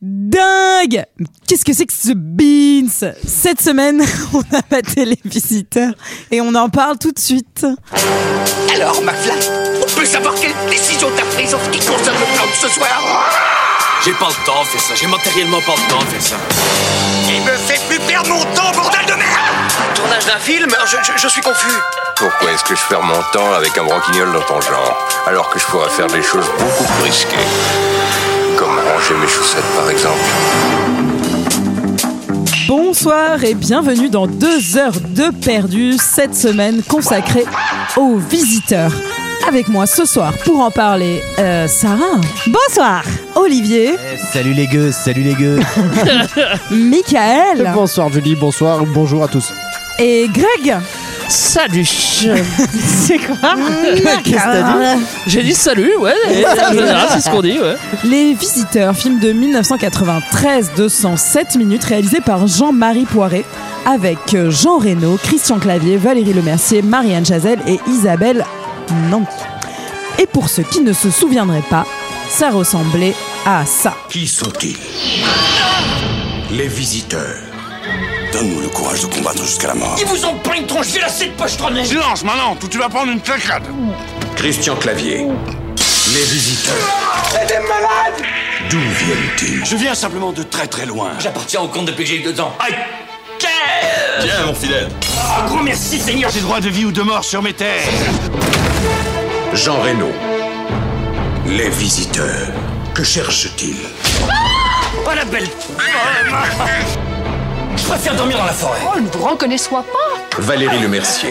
dingue Qu'est-ce que c'est que ce beans Cette semaine, on a maté les visiteurs et on en parle tout de suite. Alors, McFly, on peut savoir quelle décision t'as prise en ce qui concerne le plan de ce soir J'ai pas le temps de faire ça, j'ai matériellement pas le temps de faire ça. Il me fait plus perdre mon temps, bordel de merde Tournage d'un film je, je- je suis confus. Pourquoi est-ce que je perds mon temps avec un broquignol dans ton genre, alors que je pourrais faire des choses beaucoup plus risquées Comme ranger mes chaussettes, par exemple. Bonsoir et bienvenue dans 2 heures de perdu, cette semaine consacrée aux visiteurs. Avec moi ce soir pour en parler, euh, Sarah. Bonsoir. Olivier. Salut les gueux, salut les gueux. Michael. bonsoir Julie, bonsoir, bonjour à tous. Et Greg. Salut C'est quoi J'ai dit salut, ouais. En général, c'est ce qu'on dit, ouais. Les Visiteurs, film de 1993, 207 minutes, réalisé par Jean-Marie Poiret, avec euh, Jean Reno, Christian Clavier, Valérie Lemercier, Marianne Chazelle et Isabelle Nanty. Et pour ceux qui ne se souviendraient pas, ça ressemblait à ça. Qui sont-ils Les visiteurs. Donne-nous le courage de combattre jusqu'à la mort. Ils vous ont pris une tronche, j'ai laissé de pochetronnée Silence maintenant, ou tu vas prendre une claquade. Christian Clavier. Les visiteurs. D'où viennent-ils Je viens simplement de très très loin. J'appartiens au compte depuis que j'ai eu deux ans. Aïe Tiens, mon fidèle. Un gros merci, Seigneur J'ai droit de vie ou de mort sur mes terres. Jean Reno. Les visiteurs. Que cherchent-ils Oh la belle Je préfère dormir dans la forêt. Valérie Lemercier.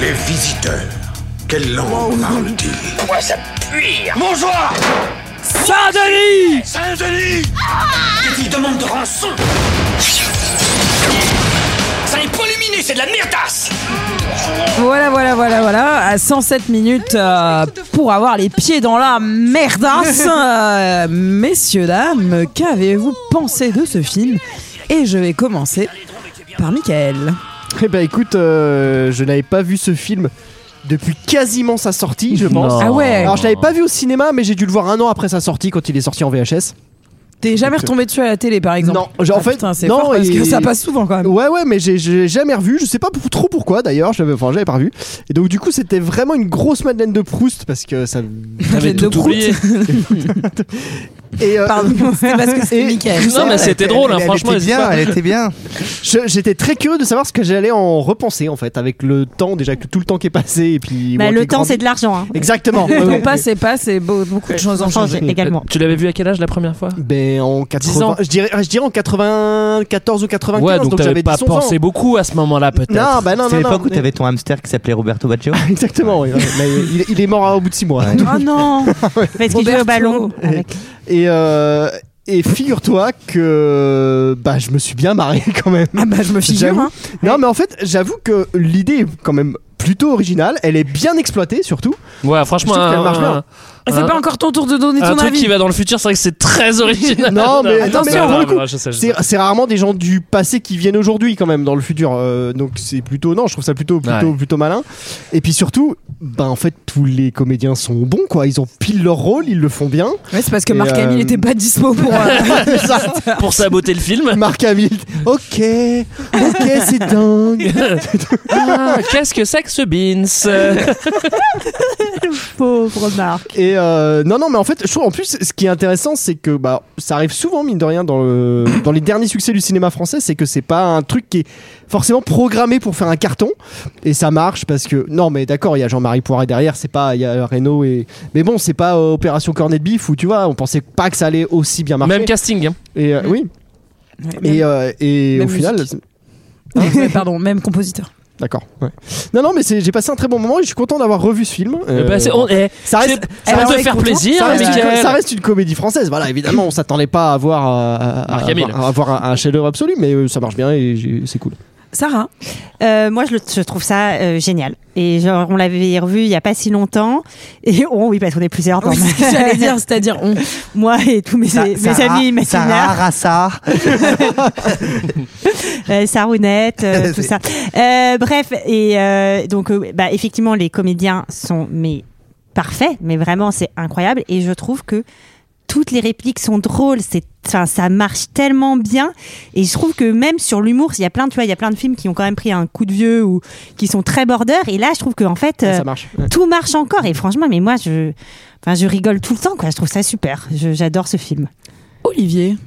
Les visiteurs. Quelle langue parlent-ils Moi, ça pue Bonjour Saint-Denis Saint-Denis Ils demandent de rançon Ça n'est pas lumineux, c'est de la merdasse Voilà, voilà, voilà, voilà. À 107 minutes euh, pour avoir les pieds dans la merdasse. Euh, messieurs, dames, qu'avez-vous pensé de ce film Et je vais commencer par Michael. Eh ben écoute, euh, je n'avais pas vu ce film depuis quasiment sa sortie, je pense. Ah ouais Alors je l'avais pas vu au cinéma, mais j'ai dû le voir un an après sa sortie quand il est sorti en VHS. T'es jamais retombé dessus à la télé, par exemple Non, j'ai- en Ah, fait, putain, c'est non, fort parce et- que ça passe souvent quand même. Ouais ouais, mais j'ai- j'ai jamais revu. Je sais pas pour- trop pourquoi d'ailleurs. Je l'avais, enfin, j'avais pas revu. Et donc du coup, c'était vraiment une grosse madeleine de Proust parce que ça. Madeleine de tout oublié. Et euh, Pardon, c'est parce que c'est Et- Michael. Non, mais c'était drôle, hein, franchement. n'hésite pas. était bien. je- j'étais très curieux de savoir ce que j'allais en repenser en fait avec le temps déjà, avec tout le temps qui est passé et puis. Bah, moi le qui temps, grandis. c'est de l'argent. Hein. Exactement. Le Ouais, temps ouais. passe et passe et beau- beaucoup de choses ont Changer changé. également. Tu l'avais vu à quel âge la première fois Ben en 10 80, ans. je dirais, je dirais en 94 ou 95, Ouais, donc, j'avais t'avais pas 10, 11 pensé ans. beaucoup à ce moment-là, peut-être. Non, bah non, C'est non, non. l'époque où t'avais ton hamster qui s'appelait Roberto Baggio. Exactement, oui, ouais. Mais il, il est mort hein, au bout de 6 mois. Oh non Fais ce qu'il Roberto. veut au ballon. Avec... Et, euh, et figure-toi que bah, je me suis bien marré quand même. Ah bah je me figure. J'avoue. hein. Non, mais en fait, j'avoue que l'idée est quand même plutôt originale. Elle est bien exploitée surtout. Ouais, franchement, Je trouve un, qu'elle marche bien. un- C'est un- pas encore ton tour de donner un ton truc avis. qui va dans le futur, c'est vrai que c'est très original. Non, mais- attends, non, mais c'est pour vrai, le coup, ouais, je sais, je C'est sais. c'est rarement des gens du passé qui viennent aujourd'hui quand même dans le futur. Euh, donc c'est plutôt non, je trouve ça plutôt plutôt Ouais. plutôt malin. Et puis surtout, ben en fait tous les comédiens sont bons quoi. Ils ont pile leur rôle, ils le font bien. Ouais, c'est parce que Et, Marc euh, Hamill était pas dispo pour. euh, Pour saboter le film. Marc Hamill. Ok, ok, c'est dingue. Ah, Qu'est-ce que c'est que ce beans Pauvre Marc. Et euh, non, non, mais en fait, je trouve en plus, ce qui est intéressant, c'est que bah, ça arrive souvent, mine de rien, dans, le, dans les derniers succès du cinéma français, c'est que c'est pas un truc qui est forcément programmé pour faire un carton. Et ça marche parce que. Non, mais d'accord, il y a Jean-Marie Poiret derrière, c'est pas. Il y a Renault et. Mais bon, c'est pas euh, Opération Cornet de Bif où tu vois, on pensait pas que ça allait aussi bien marcher. Même casting. hein. et euh, oui. Et, euh, et Même au final, musique. Ouais, Pardon, même compositeur. d'accord. ouais. Non, non, mais c'est- j'ai passé un très bon moment et je suis content d'avoir revu ce film. Eh Euh, ben, c'est- on- eh, ça reste, c'est- ça va alors, te on est faire content. plaisir, ça, reste Mickaël. une, ça reste une comédie française. Voilà, évidemment, on s'attendait pas à avoir, euh, à, Marc à Hamill. avoir, à avoir un, un chef-d'œuvre absolu, mais euh, ça marche bien et j'ai- c'est cool. Sarah, Euh, moi, je, le- je trouve ça euh, génial. Et genre, on l'avait revu il y a pas si longtemps. Et oh oui, parce qu'on est plusieurs. dans oui, c'est ce que j'allais dire, c'est-à-dire on. moi et tous mes, mes amis imaginaires. Rassa. euh, Sarounette, euh, tout ça. Euh, bref, et euh, donc euh, bah, effectivement, les comédiens sont mais parfaits, mais vraiment c'est incroyable. Et je trouve que toutes les répliques sont drôles, c'est Enfin, ça marche tellement bien et je trouve que même sur l'humour, il y a plein, tu vois, il y a plein de films qui ont quand même pris un coup de vieux ou qui sont très border et là, je trouve que en fait, Ouais, Ah, ça euh, marche. Ouais. tout marche encore et franchement, mais moi, je, enfin, je rigole tout le temps, quoi. Je trouve ça super. Je- J'adore ce film. Olivier.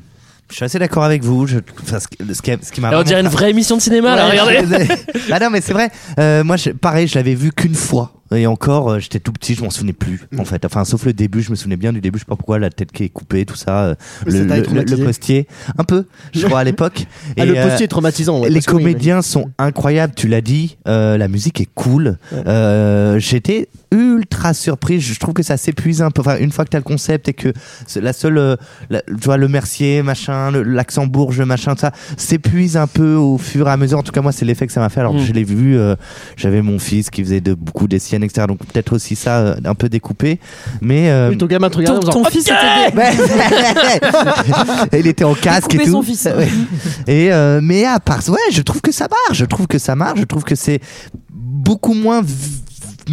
Je suis assez d'accord avec vous. Je, enfin, ce, que- ce qui, ce qui m'a Alors, on dirait une vraie émission de cinéma, là, regardez. ah non, mais c'est vrai. Euh, moi, je- pareil, je l'avais vu qu'une fois. Et encore, euh, j'étais tout petit, je m'en souvenais plus, en fait. Enfin, sauf le début, je me souvenais bien du début, je sais pas pourquoi, la tête qui est coupée, tout ça. euh, Mais Le, ça t'avait le- le- le traumatisé. postier. Un peu, je crois, à l'époque. Ah, Et, le euh, postier est traumatisant. ouais, les parce que oui, mais- comédiens sont incroyables, tu l'as dit. euh, la musique est cool. Euh, J'étais ultra surpris. Je trouve que ça s'épuise un peu. Enfin, une fois que t'as le concept et que c'est la seule, euh, la- tu vois, le Mercier, machin, le- l'accent bourge, machin, tout ça s'épuise un peu au fur et à mesure. En tout cas, moi, c'est l'effet que ça m'a fait. Alors, Mm. je l'ai vu. euh, J'avais mon fils qui faisait de beaucoup des siennes, etc. Donc peut-être aussi ça euh, un peu découpé, mais euh, Oui, ton gamin te regarde en faisant. Ton, ton fils était des- il était en casque et coupé tout. son fils. Ouais. Et euh, mais à part, ouais, je trouve que ça marche. Je trouve que ça marche. Je trouve que c'est beaucoup moins vu-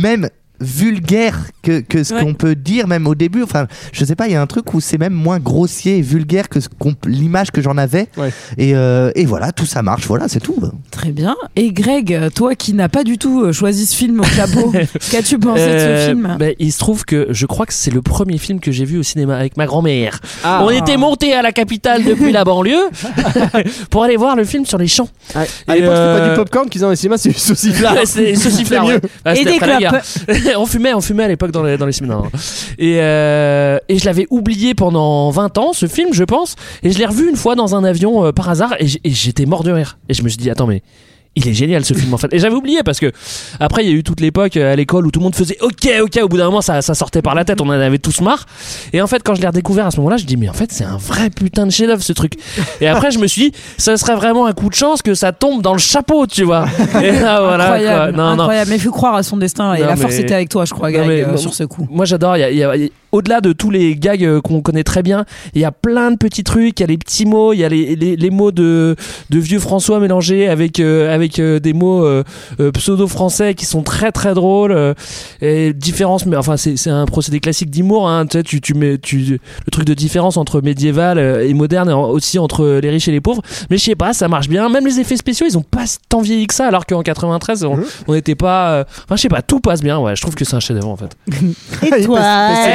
même vulgaire que, que ce Ouais. qu'on peut dire même au début enfin je sais pas il y a un truc où c'est même moins grossier et vulgaire que ce qu'on- l'image que j'en avais Ouais. et, euh, et voilà tout ça marche voilà c'est tout Très bien. Et Greg, toi qui n'as pas du tout euh, choisi ce film au capot, qu'as-tu pensé de Euh, ce film ben, il se trouve que je crois que c'est le premier film que j'ai vu au cinéma avec ma grand-mère. Ah. On était monté à la capitale depuis la banlieue pour aller voir le film sur les champs. Ouais. À Et, l'époque, c'était pas euh, du popcorn qu'ils faisaient dans les cinémas, c'est du sauciflard. Ouais, c'est ce sifflard, mieux. ouais. Ah, Et c'était des après la guerre. on fumait, on fumait à l'époque dans les, dans les cinémas. Non, non. Et, euh, et je l'avais oublié pendant 20 ans, ce film, je pense. Et je l'ai revu une fois dans un avion euh, par hasard et j- et j'étais mort de rire. Et je me suis dit, attends, mais. Il est génial ce film en fait. Et j'avais oublié parce que après il y a eu toute l'époque euh, à l'école où tout le monde faisait ok ok au bout d'un moment ça, ça sortait par la tête, on en avait tous marre. Et en fait quand je l'ai redécouvert à ce moment-là je dis mais en fait c'est un vrai putain de chef d'œuvre ce truc. Et après je me suis dit ça serait vraiment un coup de chance que ça tombe dans le chapeau tu vois. Et là, Oh, voilà, quoi. Incroyable, Non, non. incroyable. Mais il faut croire à son destin et Non, la force mais- était avec toi, je crois, Non, Greg, mais euh, moi- sur ce coup. Moi j'adore, il y a- il y a- il y a- au-delà de tous les gags euh, qu'on connaît très bien, il y a plein de petits trucs, il y a les petits mots, il y a les, les- les mots de, de vieux François mélangés avec, euh, avec euh, des mots euh, euh, pseudo-français qui sont très très drôles, euh, et différence, mais enfin c'est c'est un procédé classique d'humour, hein, tu, sais, tu, tu mets tu, le truc de différence entre médiéval euh, et moderne, et en- aussi entre les riches et les pauvres, mais je sais pas, ça marche bien, même les effets spéciaux ils ont pas tant vieilli que ça, alors qu'en 93 on on n'était pas... euh, Enfin je sais pas, tout passe bien, ouais, je trouve que c'est un chef-d'œuvre en fait. Et Bah, toi,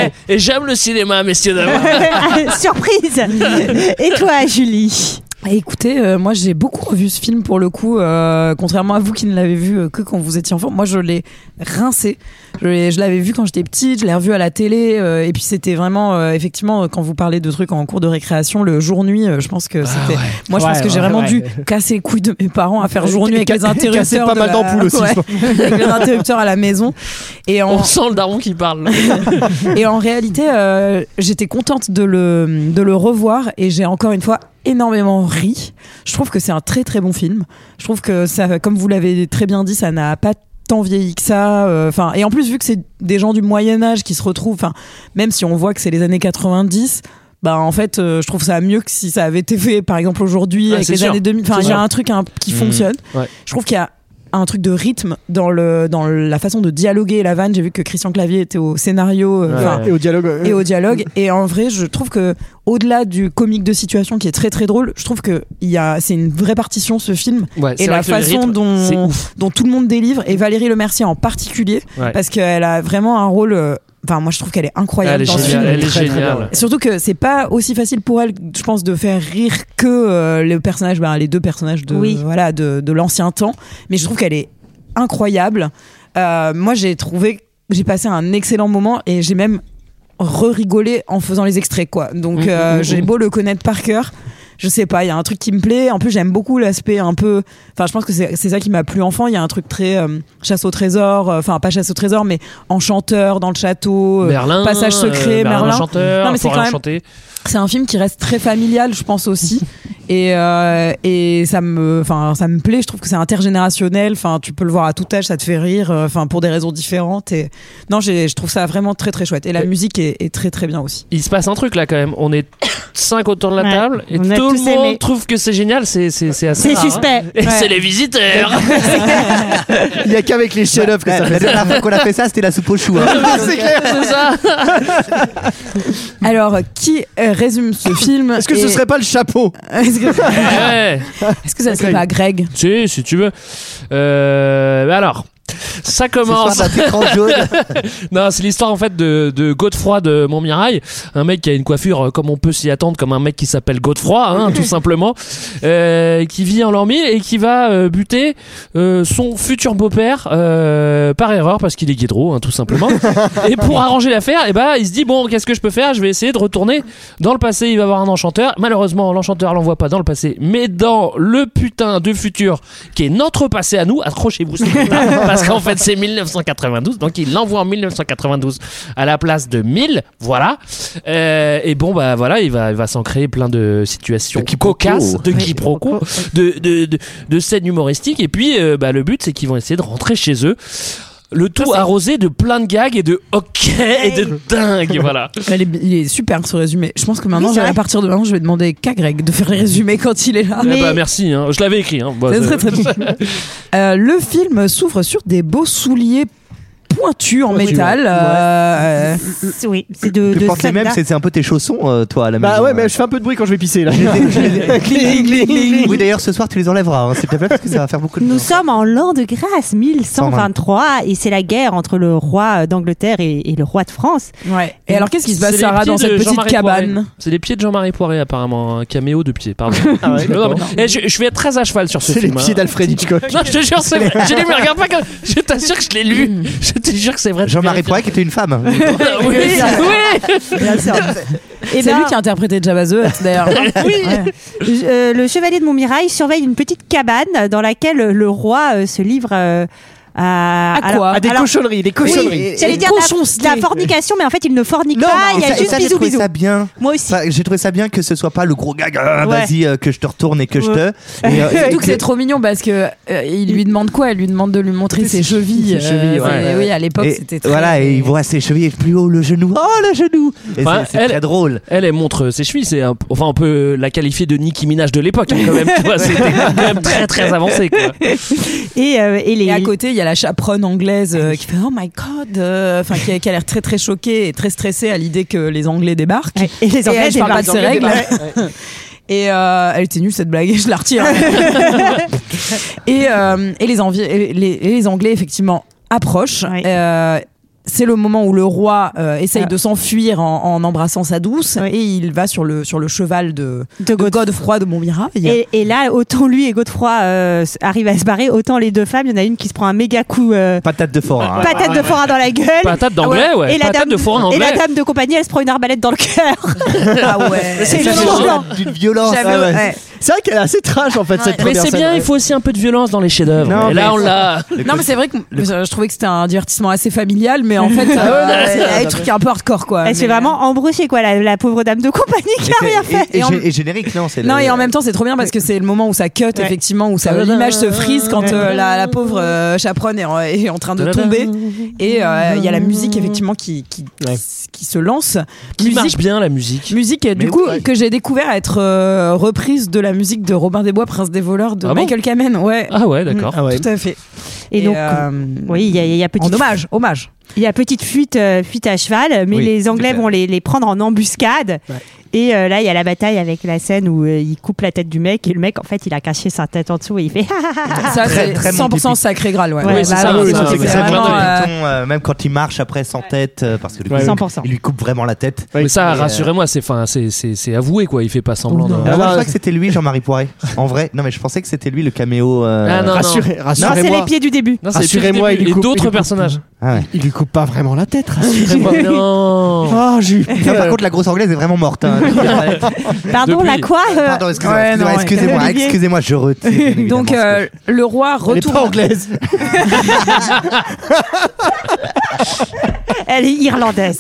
Eh, et j'aime le cinéma, messieurs dames. Euh, surprise. Et toi, Julie. Écoutez, euh, moi j'ai beaucoup revu ce film pour le coup, euh, contrairement à vous qui ne l'avez vu euh, que quand vous étiez enfant. Moi je l'ai rincé. Je, l'ai- je l'avais vu quand j'étais petite, je l'ai revu à la télé. euh, et puis c'était vraiment, euh, effectivement, euh, quand vous parlez de trucs en cours de récréation, le jour-nuit, euh, je pense que c'était. Moi je pense Ouais, que j'ai ouais, vraiment ouais. dû casser les couilles de mes parents à faire jour-nuit avec Et les ca- et casser interrupteurs. pas de mal la- d'ampoules aussi, je Ouais, pense. avec les interrupteurs à la maison. Et en, On sent le daron qui parle. et en réalité, euh, j'étais contente de le, de le revoir et j'ai encore une fois énormément ri. Je trouve que c'est un très très bon film. Je trouve que ça, comme vous l'avez très bien dit, ça n'a pas tant vieilli que ça. euh, Enfin, et en plus vu que c'est des gens du Moyen Âge qui se retrouvent, enfin, même si on voit que c'est les années 90. Bah en fait, euh, je trouve ça mieux que si ça avait été fait, par exemple aujourd'hui Ouais, avec c'est les sûr. années 2000. Enfin, C'est il y a sûr. Mmh. un truc hein, qui Mhm. fonctionne. Ouais. Je trouve qu'il y a un truc de rythme dans le dans la façon de dialoguer et la vanne. J'ai vu que Christian Clavier était au scénario. euh, enfin, Et au dialogue. euh, et au dialogue. Et en vrai, je trouve que au-delà du comique de situation qui est très très drôle, je trouve que il y a, c'est une vraie partition ce film Ouais, c'est et vrai la que le façon rythme, c'est dont ouf. dont tout le monde délivre et Valérie Le Mercier en particulier Ouais. parce qu'elle a vraiment un rôle. euh, Enfin, moi, je trouve qu'elle est Elle incroyable est dans ce géniale. film. Elle est Très, très géniale. Surtout que c'est pas aussi facile pour elle, je pense, de faire rire que euh, le personnage, ben, les deux personnages de Oui. voilà de, de l'ancien temps. Mais je trouve qu'elle est incroyable. Euh, moi, j'ai trouvé, j'ai passé un excellent moment et j'ai même re-rigolé en faisant les extraits, quoi. Donc, Mhm, euh, mhm, j'ai mhm. beau le connaître par cœur. Je sais pas, il y a un truc qui me plaît. En plus, j'aime beaucoup l'aspect un peu. Enfin, je pense que c'est c'est ça qui m'a plu enfant. Il y a un truc très euh, chasse au trésor. euh, Enfin, pas chasse au trésor, mais enchanteur dans le château. euh, Merlin, passage euh, secret, Merlin. chanteur, Non, mais c'est Forain quand même- chanté. C'est un film qui reste très familial, je pense aussi. Et, euh, et ça me, enfin, ça me plaît. Je trouve que c'est intergénérationnel. Enfin, tu peux le voir à tout âge, ça te fait rire. euh, Enfin, pour des raisons différentes. Et non, j'ai- je trouve ça vraiment très très chouette. Et la musique est, est très très bien aussi. Il se passe un truc là quand même. On est cinq autour de la Ouais. table et On a tout le tous monde aimé. trouve que c'est génial. C'est c'est c'est assez. C'est rare, hein. suspect. Et Ouais. c'est les visiteurs. Il n'y a qu'avec les chefs-d'œuvre que La, ça la fait. dernière fois qu'on a fait ça, c'était la soupe aux choux. hein. c'est clair. C'est ça. Alors, qui euh, résume ce film Est-ce que et- ce serait pas le chapeau Est-ce que, Ouais. Est-ce que ça serait pas Greg Si, si tu veux. Euh, bah alors, ça bah, commence. soir, d'un écran jaune. non, c'est l'histoire en fait de, de Godefroy de Montmirail, un mec qui a une coiffure euh, comme on peut s'y attendre, comme un mec qui s'appelle Godefroy, hein, tout simplement, euh, qui vit en l'an 1000 et qui va euh, buter euh, son futur beau-père euh, par erreur parce qu'il est guédro, hein, tout simplement. et pour arranger l'affaire, et bah, il se dit bon, qu'est-ce que je peux faire Je vais essayer de retourner dans le passé. Il va avoir un enchanteur. Malheureusement, l'enchanteur l'envoie pas dans le passé, mais dans le putain de futur qui est notre passé à nous. Accrochez-vous, c'est plus tard, parce qu'en fait, c'est 1992. Donc, il l'envoie en 1992 à la place de 1000. Voilà. Euh, et bon, bah voilà, il va, il va s'en créer plein de situations cocasses, de quiproquos, de, de, de, de scènes humoristiques. Et puis, euh, bah, le but, c'est qu'ils vont essayer de rentrer chez eux. Le tout arrosé de plein de gags et de ok et de dingue, voilà. il est, il est super ce résumé. Je pense que maintenant, Oui, c'est à vrai. partir de maintenant, je vais demander qu'à Greg de faire les résumés quand il est là. Eh bah, merci, hein. je l'avais écrit. Hein. Bah, C'est ça- très, très bon. Euh, le film s'ouvre sur des beaux souliers pointus en Pointus, métal. ouais. euh, Oui, c'est de. Tu de portes les mêmes, soldats. c'est c'est un peu tes chaussons, euh, toi, à la Bah maison. ouais, mais je fais un peu de bruit quand je vais pisser là. Oui, d'ailleurs, ce soir, tu les enlèveras, hein, s'il te plaît, parce que ça va faire beaucoup de Nous sommes en l'an de grâce 1123 et c'est la guerre entre le roi d'Angleterre et, et le roi de France. ouais. Et alors, qu'est-ce qui se C'est passe, les Sarah, pieds dans de cette petite Jean-Marie Poiré. cabane C'est les pieds de Jean-Marie Poiré, apparemment. Un caméo de pieds, pardon. Ah ouais, Non, non, mais- eh, je, je vais être très à cheval sur ce C'est les film. hein. pieds d'Alfred Hitchcock. Non, je te jure, c'est vrai. Je l'ai lu, mais regarde pas comme. Je t'assure que je l'ai lu. Je te jure que c'est vrai. Jean-Marie Poiret, qui était une femme. Oui, oui. Et C'est ben, lui qui a interprété Jabba the Hutt, d'ailleurs. Ouais. je- euh, le chevalier de Montmirail surveille une petite cabane dans laquelle le roi euh, se livre euh, à, À quoi Ah, des alors- cochonneries, des Oui, cochonneries. j'allais Et dire de cochonceté. la, de la fornication, mais en fait il ne fornique Non, pas, il y et a ça- et juste ça, j'ai bisous trouvé bisous. ça bien. Moi aussi. Enfin, j'ai trouvé ça bien que ce soit pas le gros gag, ah, Ouais. vas-y, euh, que je te retourne et que je Ouais. te. Et, euh, Surtout que c'est trop mignon parce que euh, il lui demande quoi Il lui demande de lui montrer ses chevilles. euh, ses chevilles, ouais. c'est- Oui, à l'époque, et- c'était très. voilà, et il voit ses chevilles plus haut, le genou. Oh, le genou Et Enfin, c'est- c'est elle- très drôle. Elle, elle montre ses chevilles. C'est un- enfin, on peut la qualifier de Nicki Minaj de l'époque, hein, quand même. tu vois, C'était quand même très, très avancé, quoi. Et, euh, et les, Et à côté, il y a la chaperonne anglaise euh, qui fait Oh my god euh, Enfin, qui a, qui a l'air très très choquée et très stressée à l'idée que les Anglais débarquent. Ouais, et les Et Anglais elle, je parle pas de débarquent. ces règles. Et euh, elle était nulle cette blague, je la retire. et, euh, et les, envi- et les, et les Anglais, effectivement, approchent. Oui. Euh, c'est le moment où le roi euh, essaye Ah. de s'enfuir en, en embrassant sa douce Oui. et il va sur le, sur le cheval de, De de Godefroy de Montmirail. Et, et là, autant lui et Godefroy euh, s- arrivent à se barrer, autant les deux femmes, il y en a une qui se prend un méga coup euh, Patate de fort. hein. patate de forain dans la gueule. Ah Patate d'anglais, ouais. Et la, Patate dame, de forain et anglais. la dame de compagnie, elle se prend une arbalète dans le cœur. Ah ouais. C'est Ça, violent. c'est D'une violence. J'avais- Ah ouais. ouais. C'est vrai qu'elle est assez trash en fait cette Mais première c'est scène. bien, il faut aussi un peu de violence dans les Non, chefs-d'œuvre. Et là, mais- on l'a. Non mais c'est vrai que je trouvais que c'était un divertissement assez familial mais en fait Ah euh, il y a des trucs un peu hardcore quoi. Elle Bah, Mais- se fait vraiment embrocher, quoi, la, la pauvre dame de compagnie qui a rien fait. Et, Et en- gé- et générique, non, c'est Non le- et en même temps c'est trop bien parce que c'est le moment où ça cut effectivement où ça l'image se frise quand euh, la, la pauvre euh, chaperonne est en, est en train de tomber et euh, il y a la musique effectivement qui qui, Ouais. qui se lance Qui musique marche bien, la musique. musique du Mais coup oui. que j'ai découvert être euh, reprise de la musique de Robin des Bois Prince des voleurs de Ah bon Michael Kamen ouais Ah ouais, d'accord. Mm. Ah ouais. tout à fait Et donc, euh, oui, il y a, il y a en petite, hommage hommage il y a petite fuite, euh, fuite à cheval, mais Oui, les Anglais c'est ça. vont les, les prendre en embuscade. Et euh, là, il y a la bataille avec la scène où euh, ils coupent la tête du mec et le mec, en fait, il a caché sa tête en dessous et il fait. Ah, ah, ah, ah. ça Très, c'est très bon 100% pipi. sacré Graal ouais, Ouais, Oui, c'est bah ça, oui, c'est oui, ça, c'est c'est vraiment, vraiment euh, Python, euh, même quand il marche après sans tête, euh, parce que du coup, Ouais. il- 100%. il lui coupe vraiment la tête. Mais ça, Et, euh, rassurez-moi, c'est enfin, c'est- c'est c'est avoué, quoi. Il fait pas semblant. non. de- Ah, Ah, moi, non, je crois c'est- que c'était lui, Jean-Marie Poiret. En vrai, non, mais je pensais que c'était lui le caméo. euh, Ah, non. Rassurez, Non, c'est les rassurez-moi. pieds du début. Non, c'est le Rassurez-moi, début. il et coupe- il d'autres coupe. personnages. ah ouais. Il lui coupe pas vraiment la tête. non. Ah, j'ai eu Non, par peur. contre, la grosse anglaise est vraiment morte. hein. Pardon, Depuis- la quoi euh, Pardon, excusez-moi, Ouais, non, excusez-moi, ouais. excusez-moi, Olivier. excusez-moi, je retire. bien évidemment, Bah donc ce que euh, le roi Elle est pas retourne anglaise. Elle est irlandaise.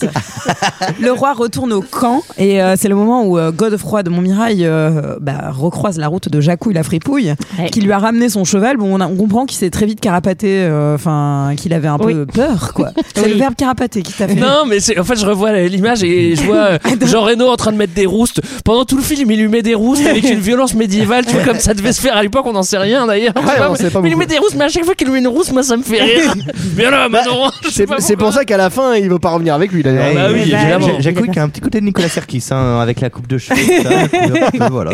Le roi retourne au camp et euh, c'est le moment où euh, Godefroy de Montmirail euh, bah, recroise la route de Jacouille la fripouille qui lui a ramené son cheval. Bon, on, a- on comprend qu'il s'est très vite carapaté, euh, enfin qu'il avait un peu peur quoi. C'est le verbe carapater qui t'a fait. Non, mais c'est- en fait, je revois la- l'image et je vois euh, Jean Reno en train de mettre des roustes. Pendant tout le film, il lui met des roustes avec une violence médiévale, tout comme ça devait se faire à l'époque, on n'en sait rien d'ailleurs. Ouais, on sait pas mais il lui beaucoup. met des roustes, mais à chaque fois qu'il lui met une rousse, moi ça me fait rire. Bien là, Manon je sais C'est pas c'est pourquoi. pour ça qu'à la fin, il veut pas revenir avec lui. là. Eh, bah oui, j'ai- évidemment. j'ai- J'ai cru qu'il y a un petit côté de Nicolas Serkis hein, avec la coupe de cheveux. tout ça, et puis, voilà.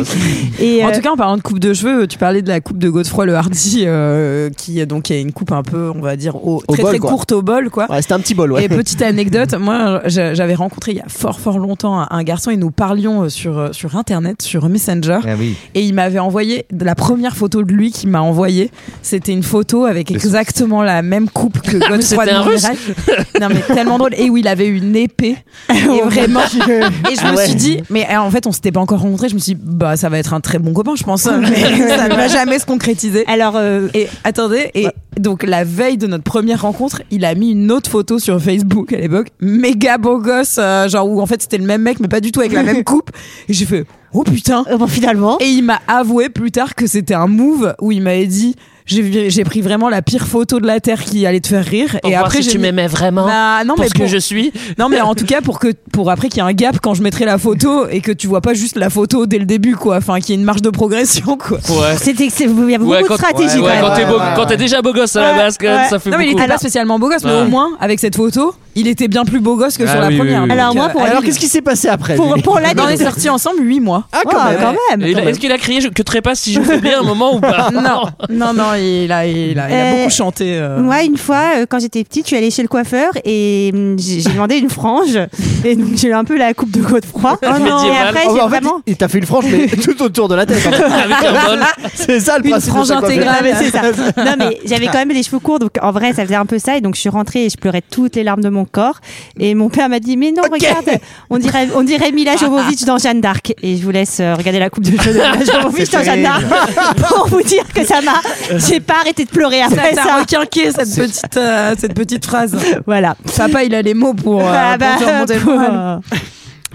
Et, En euh, tout cas, en parlant de coupe de cheveux, tu parlais de la coupe de Godefroy le Hardy, euh, qui est donc qui a une coupe un peu, on va dire, au, Au très, bol, très quoi. courte au bol, quoi. Ouais, c'était un petit bol, ouais. Et petite anecdote, moi j'a- j'avais rencontré il y a fort fort longtemps un garçon et nous parlions euh, sur, euh, sur internet, sur Messenger, Ah oui. et il m'avait envoyé de la première photo de lui qu'il m'a envoyé. C'était une photo avec exactement la même coupe que Godefroy Ah, de c'était un Russe. Montmirail. Non mais tellement drôle. Et où il avait une épée. Et vraiment. Et Ah je me suis dit, mais euh, en fait on s'était pas encore rencontrés. Je me suis dit, bah ça va être un très bon copain, je pense. hein, Mais ça ne va jamais se concrétiser. Alors, euh, bah- Et attendez, et donc la veille de notre première rencontre, il a mis une autre photo sur Facebook à l'époque, méga beau gosse, euh, genre où en fait c'était le même mec, mais pas du tout avec la même coupe. Et j'ai fait, oh putain. euh, bon, finalement. Et il m'a avoué plus tard que c'était un move où il m'avait dit, j'ai j'ai pris vraiment la pire photo de la terre qui allait te faire rire. Pour et voir après si j'ai tu mis- m'aimais vraiment. Bah, non, pour mais ce que pour- je suis. non mais en tout cas pour que pour après qu'il y ait un gap quand je mettrai la photo et que tu vois pas juste la photo dès le début quoi, enfin qu'il y ait une marge de progression quoi. Ouais. C'était que c'est- il y a beaucoup Ouais, de quand- stratégie ouais, quand même. quand t'es beau- ouais, quand ouais. t'es déjà beau gosse à la Ouais, base, quand même, ouais. ça fait Non, mais il beaucoup. était pas spécialement beau gosse, mais Ouais. au moins, avec cette photo, il était bien plus beau gosse que sur Ah la oui, oui, première. oui, oui. Donc, Alors, moi, euh, pour- Alors, qu'est-ce qui s'est passé après Pour- lui pour la- on est sortis ensemble 8 mois. Ah, quand Ah, même. quand même. Et il a- Est-ce qu'il a crié je- que trépasse si je fais bien un moment ou pas Non, non, non, il a, il a, il a Euh, beaucoup chanté. euh. Moi, une fois, euh, quand j'étais petite, je suis allée chez le coiffeur et hum, j'ai j'ai demandé une frange. Et donc, j'ai eu un peu la coupe de Godefroy. Oh non. Et après, Oh, j'ai bah, en fait, vraiment. il t'a fait une frange, mais tout autour de la tête. en fait. Avec un bol. C'est ça le Une principe. de frange sa coiffure. intégrale. Ah, mais c'est ça. Non, mais j'avais quand même les cheveux courts, donc en vrai, ça faisait un peu ça. Et donc, je suis rentrée et je pleurais toutes les larmes de mon corps. Et mon père m'a dit Mais non, regarde, on dirait, on dirait Mila Jovovich dans Jeanne d'Arc. Et je vous laisse euh, regarder la coupe de cheveux de Mila Jovovich dans Jeanne d'Arc pour vous dire que ça m'a. J'ai pas arrêté de pleurer après Ça a ça. requinqué cette petite, euh, cette petite phrase. Voilà. Papa, il a les mots pour, euh, Ah, bah, pour te remonter le pour- moral.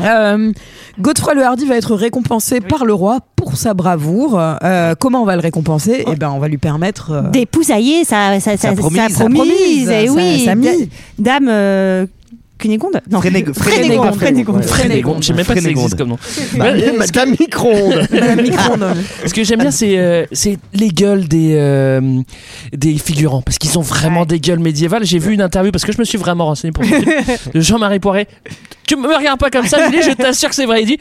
Euh, Godefroy le Hardy va être récompensé par le roi pour sa bravoure. Euh, comment on va le récompenser Oh. Eh ben, on va lui permettre. euh, Des poussaillers, ça, ça, ça, ça promise, promise, ça promise, eh ça- oui, da- ça mit. dame euh, Cunégonde, non, Frénég- Frénégonde, Frénégonde, Frénégonde. ouais. Frénégonde, je sais même pas si ça existe Frénégonde. comme nom. Bah, Madame micro-ondes. Madame Ah, Micron, Ce que j'aime bien, c'est euh, c'est les gueules des, euh, des figurants, parce qu'ils ont vraiment des gueules médiévales. J'ai vu une interview, parce que je me suis vraiment renseigné pour ce film, de Jean-Marie Poiret. Tu me regardes pas comme ça, Julie, je t'assure que c'est vrai. Il dit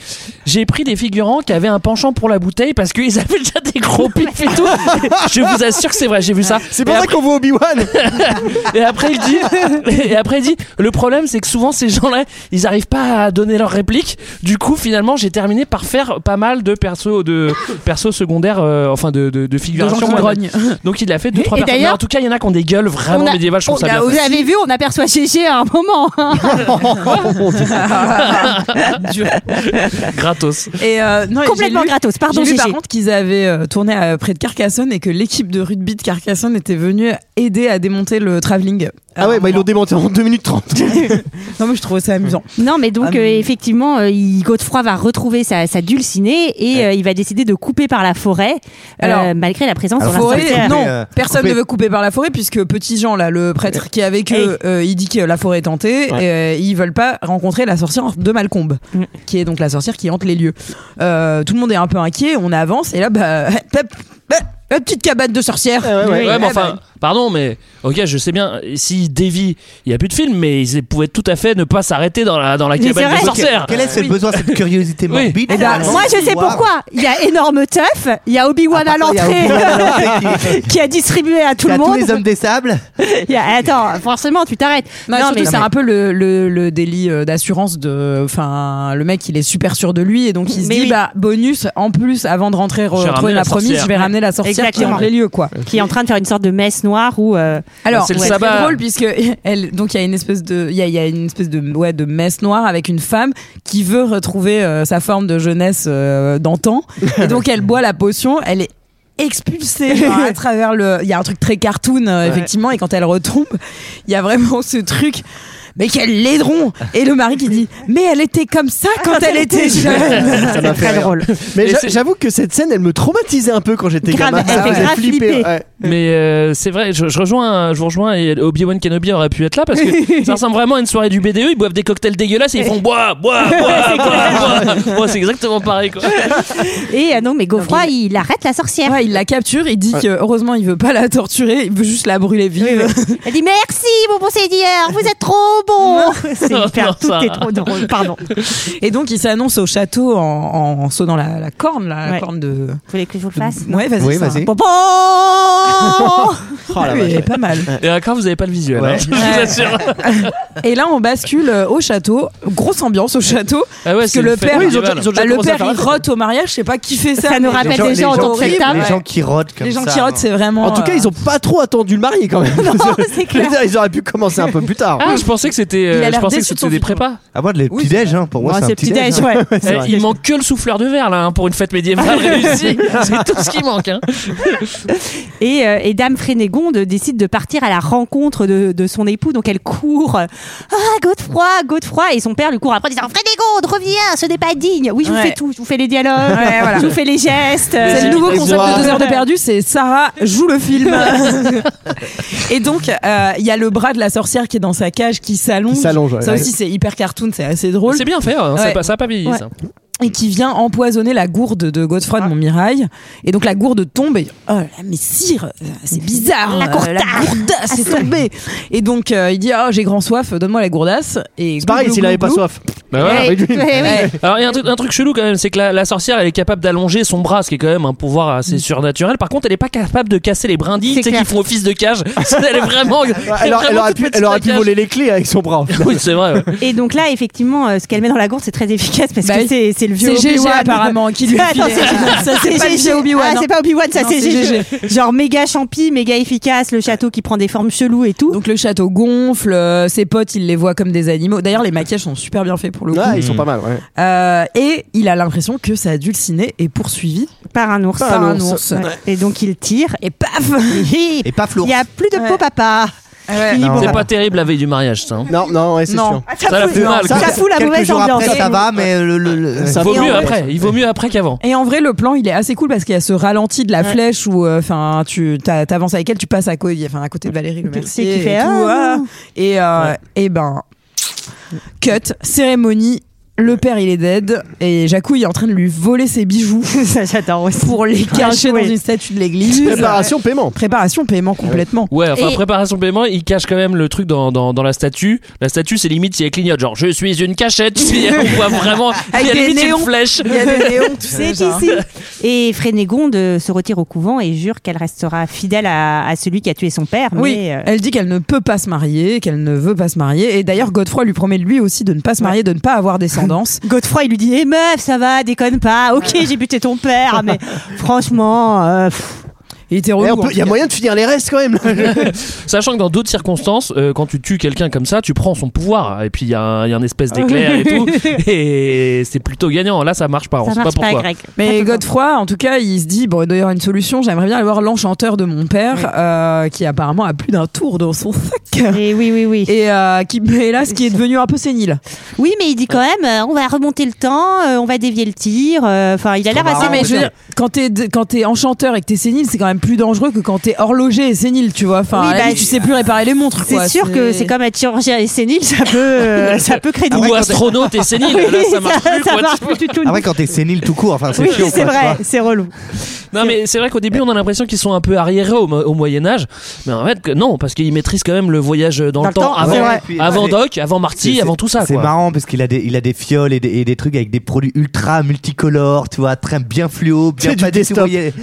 J'ai pris des figurants qui avaient un penchant pour la bouteille parce qu'ils avaient déjà des gros pifs et tout. Je vous assure que c'est vrai, j'ai vu ça. C'est pour ça qu'on voit Obi-Wan. Et après, il dit, et après, il dit, le problème, c'est que souvent, ces gens-là, ils arrivent pas à donner leur réplique. Du coup, finalement, j'ai terminé par faire pas mal de persos, de persos secondaires, euh, enfin, de, de, de de gens figurations. qui grognent. Donc, il a fait deux, trois Et personnes. Mais d'ailleurs, en tout cas, il y en a qui ont des gueules vraiment on a- médiévales, je trouve ça on a- bien. vous avez vu, on aperçoit Gégé à un moment. hein. Oh, Ah Gratos. Et euh, non, et Complètement j'ai lu- gratos. Pardon, J'ai vu Gégé. par contre qu'ils avaient euh, tourné à- près de Carcassonne et que l'équipe de rugby de Carcassonne était venue aider à démonter le travelling. Ah ouais, bah ils l'ont non, démonté en 2 minutes 30. non, mais je trouvais ça amusant. Non, mais donc Ah, mais- euh, effectivement, euh, il- Godefroy va retrouver sa, sa dulcinée et euh, il va décider de couper par la forêt, euh, Alors, malgré la présence alors, d'un forêt, sorcier. Forêt, non, Couper, euh, personne couper. ne veut couper par la forêt puisque petit Jean là, le prêtre qui est avec eux, euh, il dit que la forêt est tentée et euh, ils veulent pas rencontrer la sorcière de Malcombe, Mm. qui est donc la sorcière qui hante les lieux. Euh, tout le monde est un peu inquiet, on avance et là bah, hop, hop, la petite cabane de sorcière. ouais, ouais. Ouais, Ah, mais bah, enfin, pardon, mais ok, je sais bien, euh, s'ils dévient, il y a plus de film, mais ils pouvaient tout à fait ne pas s'arrêter dans la, dans la Mais c'est cabane vrai. des sorcières. Quel est ce Oui. besoin, cette curiosité Ah, Oui. morbide Eh ben, finalement, Bah, Moi, je sais Wow. pourquoi. Il y a énorme teuf, il y a Obi-Wan à Attends, il y a l'entrée Obi-Wan à l'entrée qui- qui a distribué à tout qui a le tous monde. les hommes des sables. Il y a- Attends, forcément, tu t'arrêtes. Non, Non, surtout, mais- c'est un peu le, le, le délit euh, d'assurance de. Enfin, le mec, il est super sûr de lui et donc il se Mais dit, oui. bah, bonus, en plus, avant de rentrer Je vais retrouver ramener la, la promise, sorcière. je vais ramener la sorcière qui Exactement. hante les lieux, quoi. qui est en train de faire une sorte de messe noire où euh, Alors, C'est c'est le sabbat. très drôle puisque elle, donc il y a une espèce de, il y a, il y a une espèce de, ouais, de messe noire avec une femme qui veut retrouver euh, sa forme de jeunesse euh, d'antan. Et donc elle boit la potion, elle est expulsée genre, à travers le. Il y a un truc très cartoon, euh, Ouais. effectivement, et quand elle retombe, il y a vraiment ce truc. Mais quel laidron Et le mari qui dit Mais elle était comme ça quand elle était jeune Ça m'a fait rire. Mais Et j'a- c'est- j'avoue que cette scène, elle me traumatisait un peu quand j'étais Grave, gamin. elle Ça fait faisait grave flipper. ouais. Mais euh, c'est vrai, je, je rejoins, je vous rejoins et Obi-Wan Kenobi aurait pu être là parce que ça ressemble vraiment à une soirée du BDE. Ils boivent des cocktails dégueulasses et ils font bois, bois, bois, bois, bois. Moi, c'est exactement pareil quoi. Et euh, non, mais Geoffroy, il... arrête la sorcière. il la capture, il dit Ouais. que heureusement il veut pas la torturer, il veut juste la brûler vive. Elle dit merci, mon conseillère, vous êtes trop bon. C'est hyper, tout est trop drôle. Pardon. Et donc il s'annonce au château en, en- en sonnant la, la corne, la, la Ouais. corne de. Vous voulez que je vous le fasse Ouais, vas-y. Oui, ça. vas-y. Oh, Pompon la Oui, vache. elle est pas mal. Et encore, vous avez pas le visuel. hein, je vous assure. Et là, on bascule euh, au château. Grosse ambiance au château. Ah ouais, parce que c'est le le fête père, médiéval. Ils ont déjà bah, le commencé à père, faire il la rote au mariage. Je sais pas qui fait ça. Ça nous mais- rappelle les, gens bah, autour de qui, la table. les gens qui rôdent comme Les gens ça. hein. qui rôdent, c'est hein. vraiment. En tout cas, euh, ils ont pas trop attendu le mari quand même. c'est clair. Ils auraient pu commencer un peu plus tard. Ah, je pensais que c'était, Il a euh, je l'air pensais que déçu de son c'était des prépas. Ah, moi, de les petits déj, hein. Pour moi, Ouais, c'est un c'est petit petit-déj, déj. ouais. hein. Eh, il manque que le souffleur de verre là hein, pour une fête médiévale réussie. C'est tout ce qui manque. Hein. Et, euh, et Dame Frénégonde décide de partir à la rencontre de, de son époux, donc elle court. euh, Ah, Godefroy, Godefroy Et son père lui court après en disant Frénégonde, reviens, ce n'est pas digne Oui, je vous Ouais. fais tout, je vous fais les dialogues, Ouais, voilà. je vous fais les gestes. euh, C'est le nouveau concept de deux heures de Ouais. perdu, c'est Sarah joue le film. et donc, euh, il y a le bras de la sorcière qui est dans sa cage, qui s'allonge. Qui s'allonge, ouais. ça Ouais. aussi, c'est hyper cartoon, c'est assez drôle. C'est bien fait. hein, ça, a Ouais. pas- ça a pas vieilli. Ouais. ça. Et qui vient empoisonner la gourde de Godefroy de Montmirail. Et donc, la gourde tombe. Et, oh, là, mais sire, euh, c'est bizarre. La euh, gourdasse. gourdasse est tombée. Et donc, euh, il dit, oh, j'ai grand soif, donne-moi la gourdasse. Et C'est pareil, glou, glou, s'il avait pas glou, glou. soif. Bah voilà, Ouais. oui, oui. Ouais, ouais. Alors il y a un truc, un truc chelou quand même, c'est que la, la sorcière elle est capable d'allonger son bras, ce qui est quand même un pouvoir Mm. assez surnaturel. Par contre, elle est pas capable de casser les brindilles, tu sais, qui font office de cage. elle est vraiment. elle hein. est Elle, aurait- elle vraiment aurait toute pu, petite, elle aurait la pu cage. voler les clés avec son bras. au final. Oui, c'est vrai. ouais. Et donc là, effectivement, euh, ce qu'elle met dans la gourde, c'est très efficace parce Bah que oui. c'est c'est le vieux C'est GG Obi-Wan. apparemment qui lui Ah, non, filait. c'est- Ça, c'est pas GG. le vieux Obi-Wan, Ah, hein. c'est pas Obi-Wan, ça Non, c'est c'est GG. Genre méga champi, méga efficace, le château qui prend des formes cheloues et tout. Donc le château gonfle, euh, ses potes il les voit comme des animaux. D'ailleurs les maquillages sont super bien faits pour le coup. Ouais, ils sont pas mal. ouais. Euh, et il a l'impression que sa dulcinée est poursuivie par un ours. Par un ours. Ouais. Et donc il tire et paf Et paf Il n'y a plus de peau papa. Ouais. Fini, bon, C'est papa. pas terrible la veille du mariage, ça. hein. Non, non, ouais, c'est Non. sûr. Ah, Ça la fout- fait non, mal. ça quoi. la fout la Quelques mauvaise jours ambiance. après, ça Et- va, mais le- le- le- Il vaut Et mieux en après. Il vaut mieux après qu'avant. Et en vrai le plan il est assez cool parce qu'il y a ce ralenti de la flèche où euh, enfin tu t'a- t'avances avec elle, tu passes à, co- enfin, à côté de Valérie Le Mercier qui et fait, tout, ah. ah. et, euh, et ben cut cérémonie. Le père, il est dead et Jacouille est en train de lui voler ses bijoux Ça, J'adore aussi. pour les cacher dans joué. une statue de l'église. Préparation, paiement. Préparation, paiement complètement. Ouais, enfin, Et- préparation paiement, il cache quand même le truc dans, dans, dans la statue. La statue, c'est limite si elle clignote, genre je suis une cachette. Si on voit vraiment, il y a des limite néons. une flèche. Il y a des néons, tu sais, C'est genre. ici. Et Frénégonde euh, se retire au couvent et jure qu'elle restera fidèle à, à celui qui a tué son père. Oui, mais, euh, elle dit qu'elle ne peut pas se marier, qu'elle ne veut pas se marier. Et d'ailleurs, Godefroy lui promet lui aussi de ne pas se marier, de ne pas avoir descendance. Godefroy, il lui dit Eh meuf, ça va, déconne pas. Ok, j'ai buté ton père, mais franchement. euh, pff. Il était Eh, relou. on peut- hein. Il y a moyen de finir les restes quand même. là. Sachant que dans d'autres circonstances, euh, quand tu tues quelqu'un comme ça, tu prends son pouvoir. Et puis il y, a un il y a un espèce d'éclair et tout. Et c'est plutôt gagnant. Là, ça marche pas. on Ça sait marche pas pas, pourquoi. Greg. Mais Godefroy, en tout cas, il se dit bon, il doit y avoir une solution. J'aimerais bien aller voir l'enchanteur de mon père, euh, qui apparemment a plus d'un tour dans son sac. Et oui, oui, oui. Et euh, qui, hélas, qui est devenu un peu sénile. Oui, mais il dit quand même euh, on va remonter le temps, euh, on va dévier le tir. euh, Enfin, il a l'air assez. mais je veux dire, quand t'es quand t'es enchanteur et que t'es sénile, c'est quand même plus dangereux que quand t'es horloger et sénile, tu vois. Enfin, Oui, à la bah, limite, tu sais plus réparer les montres. quoi. C'est sûr que c'est comme être chirurgien et sénile, ça peut, euh, ça peut créer des Ou astronaute et sénile. Oui, Ah Là, ça marche ça- plus. ça quoi, tu marche vois. plus du tout. Ah ouais, quand t'es sénile tout court, enfin, c'est Oui, chiant, c'est quoi, tu vrai, vois. c'est relou. Non mais c'est vrai qu'au début on a l'impression qu'ils sont un peu arriérés au, Mo- au Moyen Âge, mais en fait que- non parce qu'ils maîtrisent quand même le voyage dans, le temps, avant, c'est vrai. Puis, avant allez. Doc, avant Marty, C'est- avant tout ça. C'est quoi. marrant parce qu'il a des, il a des fioles et des, et des trucs avec des produits ultra multicolores, tu vois, très bien fluo, bien C'est du pas du tout desktop. voyé.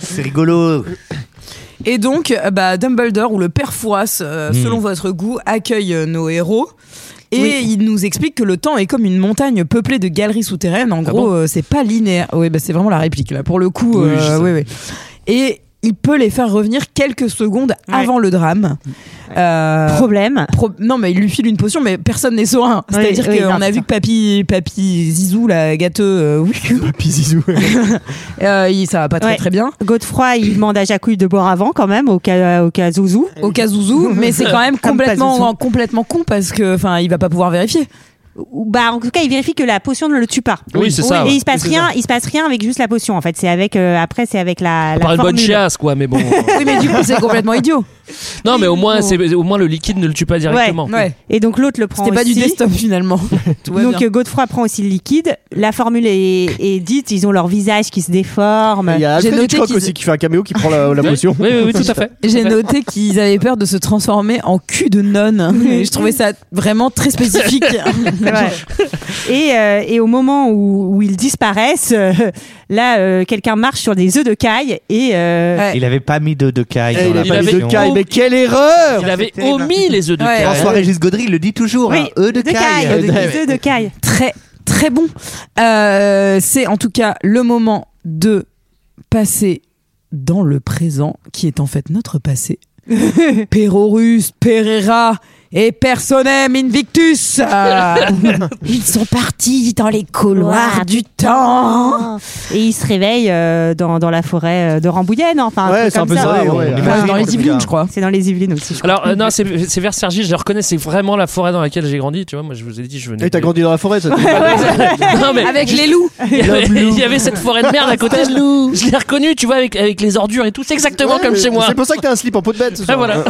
C'est rigolo. Et donc, euh, bah, Dumbledore ou le père Fouras, euh, Hmm. selon votre goût, accueille euh, nos héros. Et Oui. il nous explique que le temps est comme une montagne peuplée de galeries souterraines. En gros, bon euh, c'est pas linéaire. Oui, bah, c'est vraiment la réplique là. Pour le coup, Oui, euh, je sais. oui, oui. Et il peut les faire revenir quelques secondes avant le drame. Euh, Euh. Problème. non, mais il lui file une potion, mais personne n'est serein. Oui, C'est-à-dire oui, non, qu'on a vu que papy, papy Zizou, la gâteux, euh, oui. Euh, Papy Zizou. ça va pas très Ouais. très bien. Godefroy, il demande à Jacouille de boire avant quand même, au cas, euh, au cas Zouzou. Au cas Zouzou, mais c'est quand même Comme pas Zouzou. complètement, complètement con parce que, enfin, il va pas pouvoir vérifier. Ou- Bah, en tout cas, il vérifie que la potion ne le tue pas. Oui, c'est ça, Et ouais. il se passe Oui, c'est rien, ça. il se passe rien avec juste la potion. En fait, c'est avec euh, après, c'est avec la. À la part une bonne formule. chiasse, quoi, mais bon. Oui, mais du coup, c'est complètement idiot. non, mais au moins, c'est- au moins le liquide ne le tue pas directement. Ouais. Et donc l'autre le prend. C'était pas du aussi. desktop finalement. Tout va Donc bien. euh, Godefroy prend aussi le liquide. La formule est, est dite. Ils ont leur visage qui se déforme. Il y a J'ai Alfred noté Hitchcock qu'ils- aussi qui fait un caméo qui prend la, la potion. Oui, oui, oui, tout à fait. euh, J'ai Tout à fait. noté qu'ils avaient peur de se transformer en cul de nonne. Et je trouvais ça vraiment très spécifique. C'est vrai. et, euh, et au moment où, où ils disparaissent, euh, là, euh, quelqu'un marche sur des œufs de caille et euh, Ouais. Il avait pas mis de, de caille. Eh, dans il la a pas mis avait- de potion. caille, mais quelle erreur Il avait C'était- omis les œufs de Ouais. caille. François-Régis Gaudry le dit toujours, oui, hein, eux de, caille. Ah, de- des œufs de caille. très très bon. Euh, c'est en tout cas le moment de passer dans le présent, qui est en fait notre passé. Perorus, Pereira et Personem Invictus, euh, ils sont partis dans les couloirs du temps. Et il se réveille euh, dans, dans la forêt euh, de Rambouillet, non enfin, Ouais, truc c'est un peu comme ça. ouais, on ouais. imagine. Enfin, dans les Yvelines, je crois. C'est dans les Yvelines aussi. je crois. Alors, euh, non, c'est c'est vers Sergi, je le reconnais, c'est vraiment la forêt dans laquelle j'ai grandi, tu vois. Moi, je vous ai dit, je venais. Eh, t'as de- grandi dans la forêt, ça te dit pas Non, mais Avec les loups. Il y, avait, il y avait cette forêt de merde à côté. je je l'ai reconnu, tu vois, avec, avec les ordures et tout. C'est exactement Ouais, comme mais chez moi. C'est hein. pour ça que t'as un slip en peau de bête. ce Ah, soir. voilà.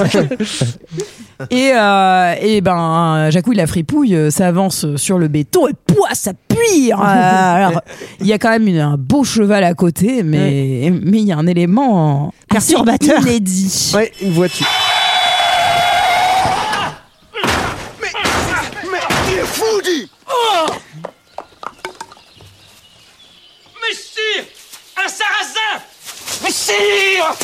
Et, euh, et ben, Jacouille la fripouille euh, s'avance sur le béton et pouah, ça pire Euh, Alors, il y a quand même une- un beau cheval à côté, mais mais il y a un élément assez Perturbateur. inédit. Ouais, une voiture. Mais sire Un sarrasin Mais sire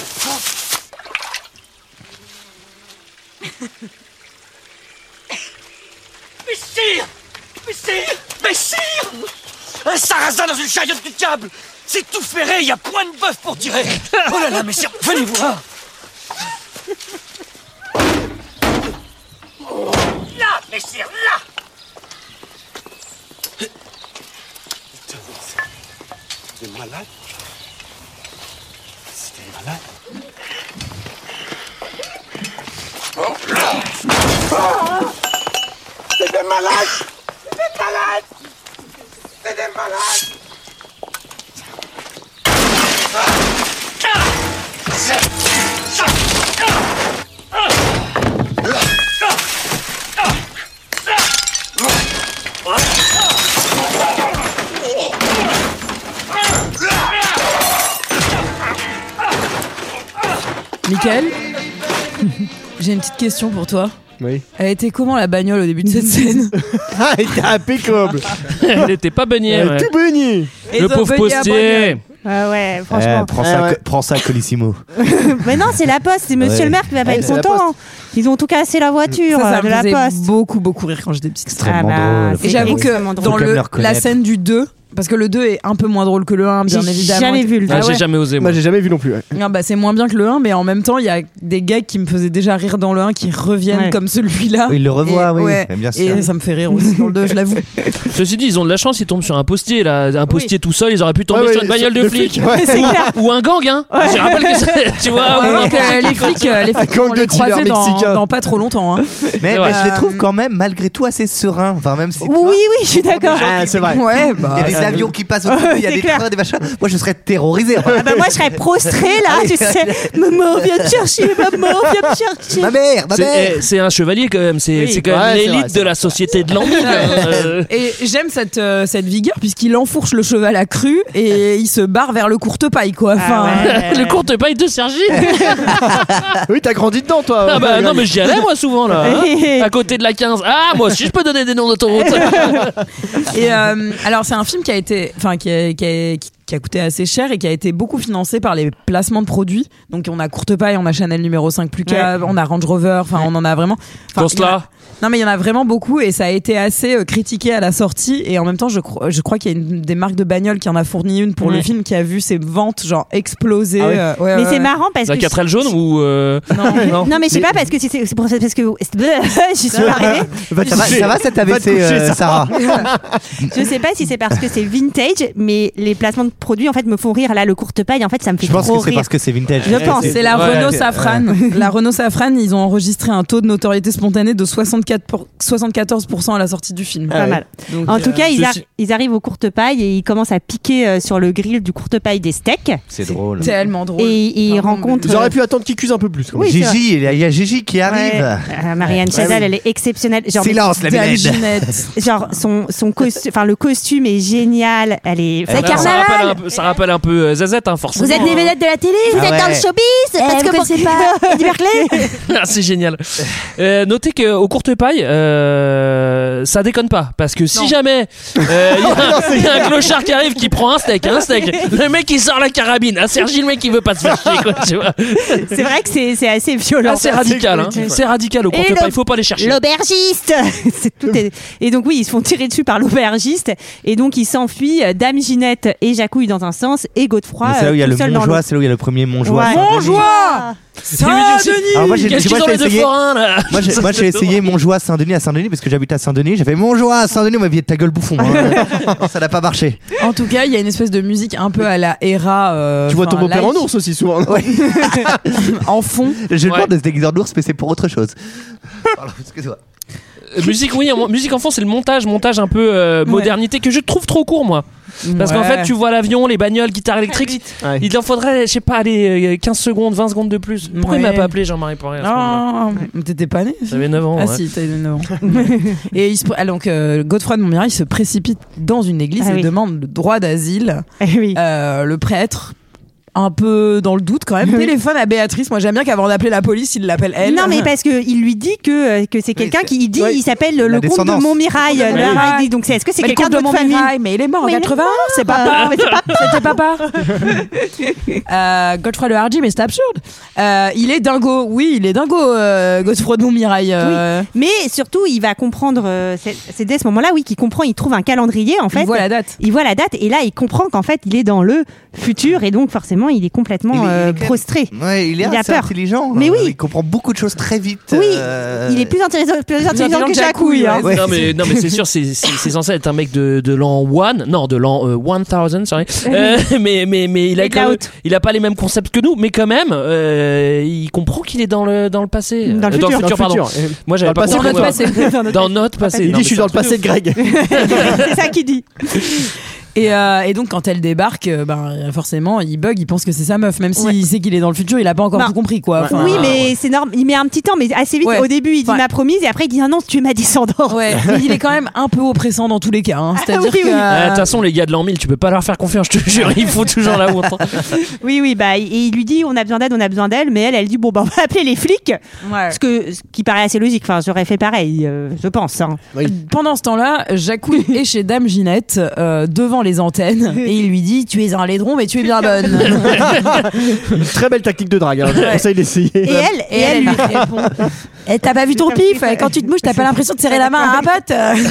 Mais sire Mais sire Mais sire Un sarrasin dans une chariote du câble C'est tout ferré, il y a point de bœuf pour tirer Oh là là, mais sire, venez voir Là, mais sire, là Michael, j'ai une petite question pour toi. Oui. Elle était comment la bagnole au début de cette scène Ah, il était impeccable. Il n'était pas beigné. Euh, Eh ouais. Tout beigné. Et Le the pauvre bunny à bagnole. postier. Ah ouais, Eh, franchement. prends, Eh, ça, ouais. co- prends ça, Colissimo. Mais non, c'est la poste, c'est monsieur Ouais. le maire qui va pas Ouais, être c'est la content. hein. Ils ont tout cassé la voiture Ça, ça euh, de me la faisait poste. Ah, bah, beaucoup beaucoup rire quand j'étais petite. Extrêmement drôle. c'est Et j'avoue extrêmement drôle. que dans Faut quand même le, le la reconnaître. scène du 2, parce que le 2 est un peu moins drôle que le 1, bien J'ai évidemment. jamais vu le Ah, deux. J'ai jamais osé, moi. Moi, j'ai jamais vu non plus. ouais. Non, bah, c'est moins bien que le 1, mais en même temps, il y a des gags qui me faisaient déjà rire dans le 1 qui reviennent Ouais. comme celui-là. Oui, il le revoit, Et- oui. ouais. Eh Bien sûr. Et ça me fait rire aussi dans le 2, je l'avoue. Ceci dit, ils ont de la chance, ils tombent sur un postier, là. Un postier tout seul, ils auraient pu tomber Ouais, sur ouais, une bagnole sur- de de flic. flic, ouais. Ou- Ou un gang, hein. Je rappelle que c'est- tu vois. On va ou voir n'importe que les flics, euh, les flics, gang on de les dealers croisait dans, mexicains. dans pas trop longtemps. hein. Mais, Ouais. mais je les trouve Euh, quand même, malgré tout, assez sereins. Enfin, même si. tu Oui, vois, oui, je suis d'accord. Ah, c'est vrai. Ouais, Il bah. y a des avions qui passent au-dessus, il y a c'est des clair. trains, des machins. Moi, je serais terrorisé. enfin. Ah bah moi je serais prostrée là, tu sais. Maman, viens me chercher, maman, viens me chercher. Ma mère, ma C'est mère. eh, c'est un chevalier quand même, c'est c'est quand même Ouais, c'est vrai, l'élite c'est de la société de l'envie. euh, Et j'aime cette, euh, cette vigueur puisqu'il enfourche le cheval à cru et il se barre vers le courte paille Ah quoi. Enfin, Le compte paille de Sergi Ah. Oui, t'as grandi dedans, toi. Ah bah Ouais, non mais j'y allais moi souvent là hein. À côté de la 15 Ah moi aussi je peux donner des noms d'autoroute Et euh, alors c'est un film qui a été, enfin qui, a- qui, a- qui- qui a coûté assez cher et qui a été beaucoup financé par les placements de produits. Donc on a Courtepaille, on a Chanel numéro 5 plus qu'à, Ouais. on a Range Rover, enfin on en a vraiment. enfin, Dans il y en a- cela. Non mais il y en a vraiment beaucoup et ça a été assez euh, critiqué à la sortie et en même temps je, crois- je crois qu'il y a une des marques de bagnoles qui en a fourni une pour le Ouais. film qui a vu ses ventes genre exploser. euh, ouais, mais ouais, c'est ouais. marrant parce La que. 4L jaune ou. euh, Non. mais je sais pas parce que c'est c'est pour ça parce que je suis pas arrivée. Va te coucher. Ça va, cet AVC, Va te coucher, euh, Sarah. Je sais pas si c'est parce que c'est vintage, mais les placements de produits en fait me font rire. Là, le courte paille en fait ça me fait Je pense trop que c'est rire. parce que c'est vintage. Je pense. C'est la Ouais. Renault Ouais. Safran. La Renault Safran, ils ont enregistré un taux de notoriété spontanée de 64 pour- 74% à la sortie du film. Pas mal. Donc, en euh, tout cas, ils, ceci- arri- ils arrivent au courte paille et ils commencent à piquer euh, sur le grill du courte paille des steaks. C'est drôle. Tellement drôle. Et ils rencontrent. Ils auraient pu attendre qu'ils cuisent un peu plus. quand même. Oui, c'est vrai. Gigi, il y a- il y a Gigi qui arrive. Euh, Marianne Ouais, Chazal, oui. elle est exceptionnelle. Genre, Silence, la Dame vilaine. Ginette. Genre, son, son costume, enfin, le costume est génial. Elle est. Ouais, ça, rappelle un peu, ça rappelle un peu euh, Zazette, hein, forcément. Vous êtes les vedettes de la télé, vous Ah êtes dans ouais. le showbiz, parce que c'est pas Eddie Berkeley. Ah, c'est génial. Euh, notez qu'au courte paille, euh, ça déconne pas. Parce que si jamais euh, il y a, Non, un- c'est il y a un clair. clochard qui arrive qui prend un steak, un steak, le mec il sort la carabine. Ah, Sergi, le mec il veut pas se faire chier, quoi, tu vois. C'est vrai que c'est c'est assez violent. Ah, c'est radical, hein. C'est radical au Et courte le- paille, il faut pas les chercher. L'aubergiste C'est tout est- Et donc oui, ils se font tirer dessus par l'aubergiste et donc ils s'enfuient, euh, Dame Ginette et Jacouille dans un sens et Godefroy Mais c'est là où il y a euh, tout le seul dans Montjoie, c'est là où il y a le premier Montjoie. Ouais. Saint-Denis. Bonjour Saint-Denis Alors moi j'ai Qu'est-ce moi, qu'ils ont j'ai les deux essayé- forains, là moi, j'ai- moi, j'ai essayé Montjoie à Saint-Denis à Saint-Denis parce que j'habite à Saint-Denis. J'avais Montjoie à Saint-Denis, on m'a dit ta gueule bouffon. hein. ça n'a pas marché. En tout cas, il y a une espèce de musique un peu à la Era. euh, Tu vois ton enfin, beau-père en live. ours aussi souvent. non En fond. Je le Ouais. demande de se déguiser en ours, mais c'est pour autre chose. Pardon, excuse-moi. Euh, musique, oui, en- musique enfant, c'est le montage, montage un peu euh, modernité que je trouve trop court, moi. Parce qu'en Ouais. fait, tu vois l'avion, les bagnoles, guitare électrique. Ouais. Il en faudrait, je sais pas, aller 15 secondes, 20 secondes de plus. Pourquoi il Ouais. m'a pas appelé Jean-Marie Poiré à ce moment-là Non, t'étais pas né J'avais 9 ans. Ah ouais. si, t'as eu 9 ans. et il se... ah, donc euh, Godefroy de Montmirail se précipite dans une église Ah et oui. demande le droit d'asile. Eh oui. Euh, le prêtre un peu dans le doute quand même. Téléphone à Béatrice. Moi j'aime bien qu'avant d'appeler la police, il l'appelle elle. Non mais parce que il lui dit que, euh, que c'est quelqu'un c'est- qui il dit ouais. il s'appelle le, La comte de descendance. Montmirail. Le comte de le Montmirail. Hardy. donc c'est est-ce que c'est Mais le quelqu'un comte de de votre famille Montmirail, mais il est mort Mais il en est 80, mort, c'est Euh, papa. mais c'est pas- C'était papa. euh, Godefroy le Hardy, mais c'est absurde. Euh, il est dingo, oui, il est dingo, euh, Godefroy de Montmirail. euh, Mais surtout, il va comprendre. euh, c'est c'est dès ce moment-là, oui, qu'il comprend. Il trouve un calendrier, en fait. Il voit la date. Il voit la date et là, il comprend qu'en fait, il est dans le futur et donc forcément, il est complètement Il est- il est euh, quand même- prostré. Ouais, il est Il a assez peur. intelligent. Mais oui. Il comprend beaucoup de choses très vite. Oui, euh, il est plus intelligent, plus intelligent intelligent que que Jacouille. Jacouille, hein. ouais. Non mais, non mais c'est sûr, c'est- c'est ses ancêtres être un mec de, de l'an 1, non de l'an euh, 1000, sorry. Euh, mais, mais, mais il a Et de la quand même- haute. il a pas les mêmes concepts que nous, mais quand même, euh, il comprend qu'il est dans le, dans le passé. Dans le Euh, futur. dans le futur, pardon. futur. Et- Moi j'avais Dans le pas passé, compris, dans notre moi. passé. Dans notre passé. Il dit Non, mais je suis c'est dans un le passé truc de Greg. c'est ça qu'il dit. Et, euh, et donc quand elle débarque, euh, ben forcément il bug, il pense que c'est sa meuf, même s'il Ouais. sait qu'il est dans le futur, il a pas encore Non. tout compris quoi. Enfin, euh, oui, mais c'est normal. Il met un petit temps, mais assez vite. Ouais. Au début, il dit Ouais. ma promise et après, il dit ah non, tu es ma descendante. ouais, mais il est quand même un peu oppressant dans tous les cas. hein. C'est-à-dire oui, que oui. de- Ah, De euh, toute façon, les gars de l'an 1000, tu peux pas leur faire confiance, je te jure, ils font toujours la honte. hein. Oui, oui, bah, et il lui dit on a besoin d'aide, on a besoin d'elle, mais elle, elle dit bon, bah, on va appeler les flics. ouais. Ce, que, ce qui paraît assez logique. Enfin, j'aurais fait pareil, euh, je pense. hein. pendant ce temps-là, Jacouille est chez Dame Ginette euh, devant les antennes et il lui dit tu es un laidron mais tu es bien bonne. Une très belle tactique de drague. hein. Je vous conseille Et d'essayer. elle, et elle, lui répond. Eh, T'as pas vu ton pif Quand tu te mouches, t'as pas l'impression de serrer la main à un pote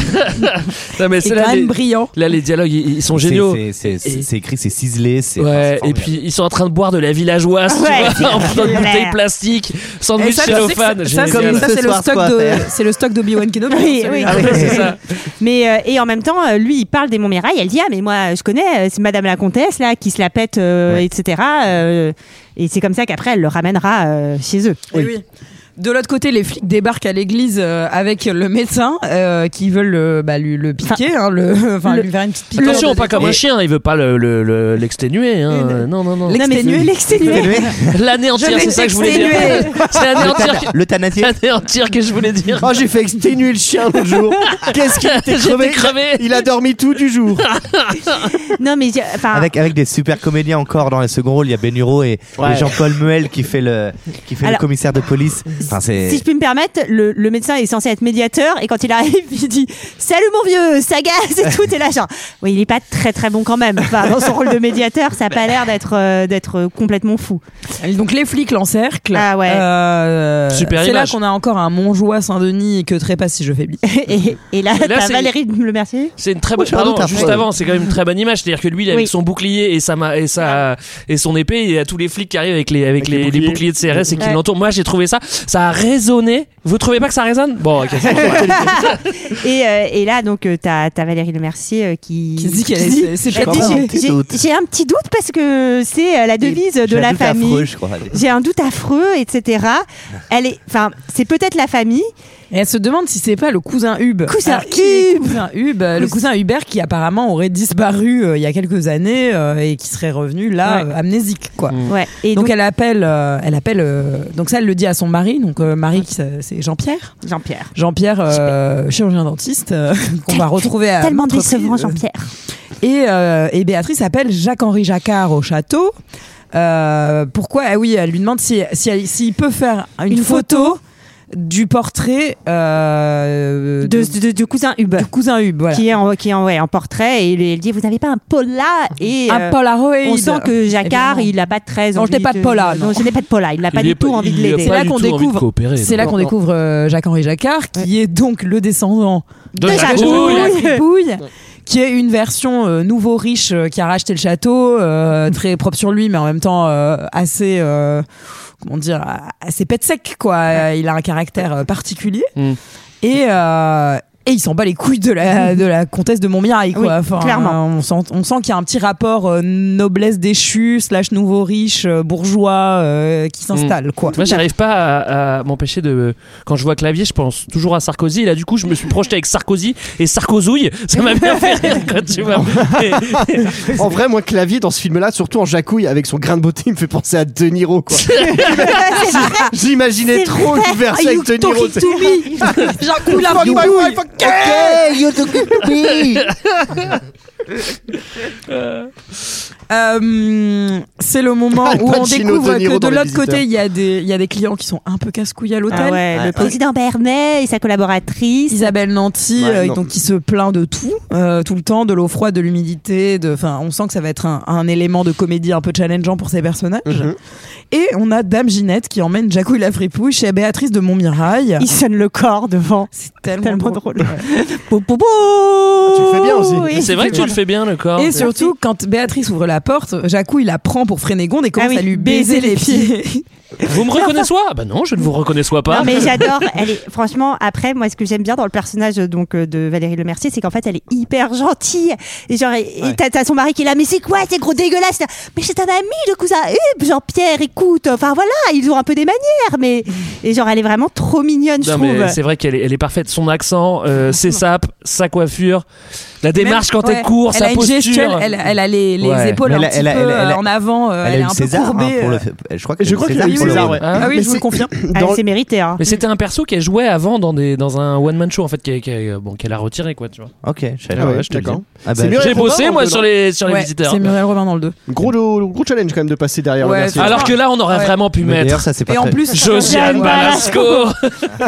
Non, mais C'est c'est là, quand les, même brillant. là, les dialogues, ils, ils sont géniaux. C'est- c'est- C'est c'est écrit, c'est ciselé. c'est- Ouais, enfin, c'est et formidable. puis ils sont en train de boire de la villageoise, tu Ouais, vois, en faisant une clair. bouteille plastique, Et sandwich ça, tu sais que cellophane. ça, génial. c'est- ça, Ce c'est le soir, stock quoi de, faire c'est le stock d'Obi-Wan Kenobi. Oui, hein, oui. celui-là. Ah, C'est ça. Mais euh, et en même temps, euh, lui, il parle des Montmirail. Elle dit ah mais moi, je connais, euh, c'est Madame la comtesse là qui se la pète, euh, etc. euh, et c'est comme ça qu'après, elle le ramènera euh, chez eux. Eh oui. De l'autre côté, les flics débarquent à l'église euh, avec le médecin euh, qui veulent le, bah, lui, le piquer, hein, le, enfin, lui faire une petite piqûre. Attention, pas comme un Et- chien, il veut pas l'exténuer. Le, le, l'exténuer, hein. Et le- Non, non, non. L'ex- Non, mais Exténué. l'exténué. L'année Je entière, vais c'est ça que je voulais dire. t'exténuer. C'est l'année entière, Le thanasier. l'année entière que je voulais dire. Oh, j'ai fait exténuer le chien l'autre jour. Qu'est-ce qu'il était J'étais crevé. crevé. Il a dormi tout du jour. Ah, Non mais j'ai- enfin. Ah. Avec, avec des super comédiens encore dans les seconds rôles, il y a Benuro et, Ouais. et Jean-Paul Muel qui fait le qui fait Alors- le commissaire de police. Enfin, c'est. Si je puis me permettre, le, le médecin est censé être médiateur et quand il arrive, il dit Salut mon vieux, ça gaz et tout, et là, genre, oui, il est pas très très bon quand même. Enfin, dans son rôle de médiateur, ça a pas l'air d'être euh, d'être euh, complètement fou. Donc les flics l'encerclent. Ah ouais. Euh, Super C'est là image. qu'on a encore un Montjoie Saint-Denis que trépasse si je fais et, et là, Et là, t'as c'est- Valérie Le Mercier. C'est une très bonne. Oh, j'ai un Pardon, doute juste après. avant, c'est quand même une très bonne image. C'est-à-dire que lui, il est avec Oui. son bouclier et sa, ma- et sa et son épée, et il y a tous les flics qui arrivent avec les avec, les, les boucliers. de CRS et qui Ouais. l'entourent. Moi, j'ai trouvé ça, ça a résonné. Vous trouvez pas que ça résonne Bon, ok. et, euh, et là, donc, euh, t'as t'as Valérie Le Mercier euh, qui, Qui dit qu'elle qui est- dit- c'est- c'est elle pas dit, bon. j'ai- Un petit j'ai- doute. J'ai un petit doute parce que c'est euh, la devise de J'ai un la doute famille. affreux, je crois. J'ai un doute affreux, etc. Elle est, enfin, c'est peut-être la famille. Et elle se demande si c'est pas le cousin Hub. Cousin Alors, qui est cousin Hub, euh, le cousin Hubert qui apparemment aurait disparu euh, il y a quelques années euh, et qui serait revenu là euh, amnésique quoi. Ouais. Et donc, elle appelle, euh, elle appelle. euh, donc ça elle le dit à son mari. Donc euh, mari qui s'a- c'est Jean-Pierre. Jean-Pierre. Jean-Pierre euh, chirurgien dentiste euh, qu'on va retrouver à Euh, Tellement l'entreprise. décevant, Jean-Pierre. Et, euh, et Béatrice appelle Jacques-Henri Jacquard au château. Euh, pourquoi Ah oui, elle lui demande s'il si, si, s'il peut faire une, Une photo, du portrait euh, De- du cousin Hub. Du cousin Hub, voilà. Qui est en, qui est en, ouais, en portrait et il- elle dit vous n'avez pas un Paula et euh, Un Polaroid. on sent que Jacquard Évidemment. il n'a pas très Non, envie je n'ai pas de Paula, non, non. je n'ai pas de Paula il n'a pas Il du est tout pas- envie de il a l'aider pas du tout envie de coopérer, C'est là non. qu'on Non. découvre euh, Jacques-Henri Jacquard, qui est donc le descendant De Jacouille. Jacouille, qui est une version euh, nouveau riche euh, qui a racheté le château, euh, très propre sur lui, mais en même temps euh, assez, euh, comment dire, assez pète sec, quoi. Euh, Il a un caractère euh, particulier. Et. euh, et il s'en bat les couilles de la, de la comtesse de Montmirail, quoi. Oui, clairement. euh, on, sent, on sent qu'il y a un petit rapport euh, noblesse déchue, slash nouveau riche, euh, bourgeois, euh, qui s'installe, Mm. quoi. Moi, j'arrive pas à, à m'empêcher de. Quand je vois clavier, je pense toujours à Sarkozy. Et là, du coup, je me suis projeté avec Sarkozy et Sarkozouille. Ça m'a bien fait rire quand tu m'as. en vrai, moi, Clavier, dans ce film-là, surtout en jacouille, avec son grain de beauté, il me fait penser à De Niro, quoi. J'imaginais C'est trop vrai. une version Are Ah, avec you De Niro. talking to me Jean Coulard, Fuck my you. wife, okay, you talking to me. Euh, c'est le moment Al où on Pacino, découvre De Niro que de dans Les l'autre côté, Visiteurs. il y, a des- il y a des clients qui sont un peu casse-couilles à l'hôtel. Ah ouais, le président Bernet et sa collaboratrice Isabelle Nanty, Ouais, euh, non. donc qui se plaint de tout, euh, tout le temps, de l'eau froide, de l'humidité. de- Enfin, on sent que ça va être un, un élément de comédie un peu challengeant pour ces personnages. Mhm. Et on a Dame Ginette qui emmène Jacouille la fripouille chez Béatrice de Montmirail. Il sonne le corps devant. C'est tellement, drôle. Oh Pou, pou, pou. Ah, Tu le fais bien aussi. C'est vrai que tu le fais bien, le corps. Et surtout, quand Béatrice ouvre la porte, Jacouille la prend pour Frénégonde et commence Ah oui, à lui baiser les pieds. Vous me reconnaissez Bah non, je ne vous reconnais pas. Non, mais j'adore. Elle est franchement. Après, moi, ce que j'aime bien dans le personnage euh, donc euh, de Valérie Le Mercier, c'est qu'en fait, elle est hyper gentille. Et genre, et- et Ouais. t'as t'as son mari qui est là, mais c'est quoi, c'est gros dégueulasse. là. Mais c'est un ami, le cousin Hub, Jean-Pierre. Écoute, enfin voilà, ils ont un peu des manières, mais et genre, elle est vraiment trop mignonne, je Non, trouve. mais c'est vrai qu'elle est, elle est parfaite. Son accent, euh, ses sapes, sa coiffure, la démarche Ah, Même- quand ouais. elle court, elle sa a une posture. gestuelle, elle, elle a les, les Ouais. épaules Mais un elle a- petit elle a- peu elle a- euh, elle a- en avant, euh, elle elle, a est eu un César, hein, peu courbée. pour le euh. fait- je crois que Je c'est crois César qu'il a eu pour le César, rôle. ouais. Ah oui, je vous le confirme. Ah, c'est mérité. hein. Mais c'était un perso qu'elle jouait avant dans, des, dans un one-man show, en fait, qu'elle qu'elle- euh, bon, qu'elle a retiré, quoi, tu vois. Ok, je savais Ah pas. ouais, je te le d'accord. dis. bah, J'ai bossé, moi, sur les, sur les visiteurs. c'est Muriel Robin dans le 2. Gros, gros challenge quand même de passer derrière le Ouais, Mercier. Alors que là, on aurait vraiment pu Mais mettre. d'ailleurs, ça, c'est pas Et en très- plus, Josiane Balasco.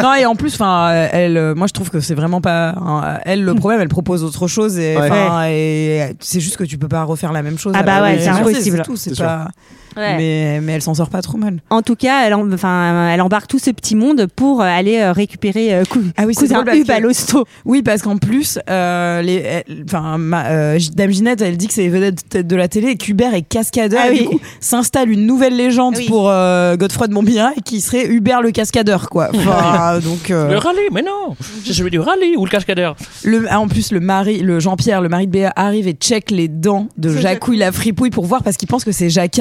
non et en plus, enfin, euh, elle, euh, moi je trouve que c'est vraiment pas hein, elle le problème. Elle propose autre chose et, Ouais. enfin, et, euh, c'est juste que tu peux pas refaire la même chose. Ah à bah la- ouais, c'est la- impossible. tout, c'est C'est sûr. pas- Ouais. Mais mais elle s'en sort pas trop mal. En tout cas, elle, en- enfin, elle embarque tout ce petit monde pour euh, aller euh, récupérer euh, cou- cousin Ah drôle, parce Hub à que- l'hosto. Oui, parce qu'en plus, euh, les, elle- enfin, ma- euh, G- Dame Ginette, elle dit que c'est les vedettes de- de la télé, et qu'Hubert est cascadeur. Ah et oui. Du coup, s'installe une nouvelle légende pour euh, Godefroy de Montmirail, qui serait Hubert le cascadeur, quoi. Enfin, donc. euh, Le rallye, mais non C'est celui du rallye ou le cascadeur le- ah, en plus, le mari, le Jean-Pierre, le mari de Béa arrive et check les dents de Jacouille la fripouille pour voir parce qu'il pense que c'est Jacquard.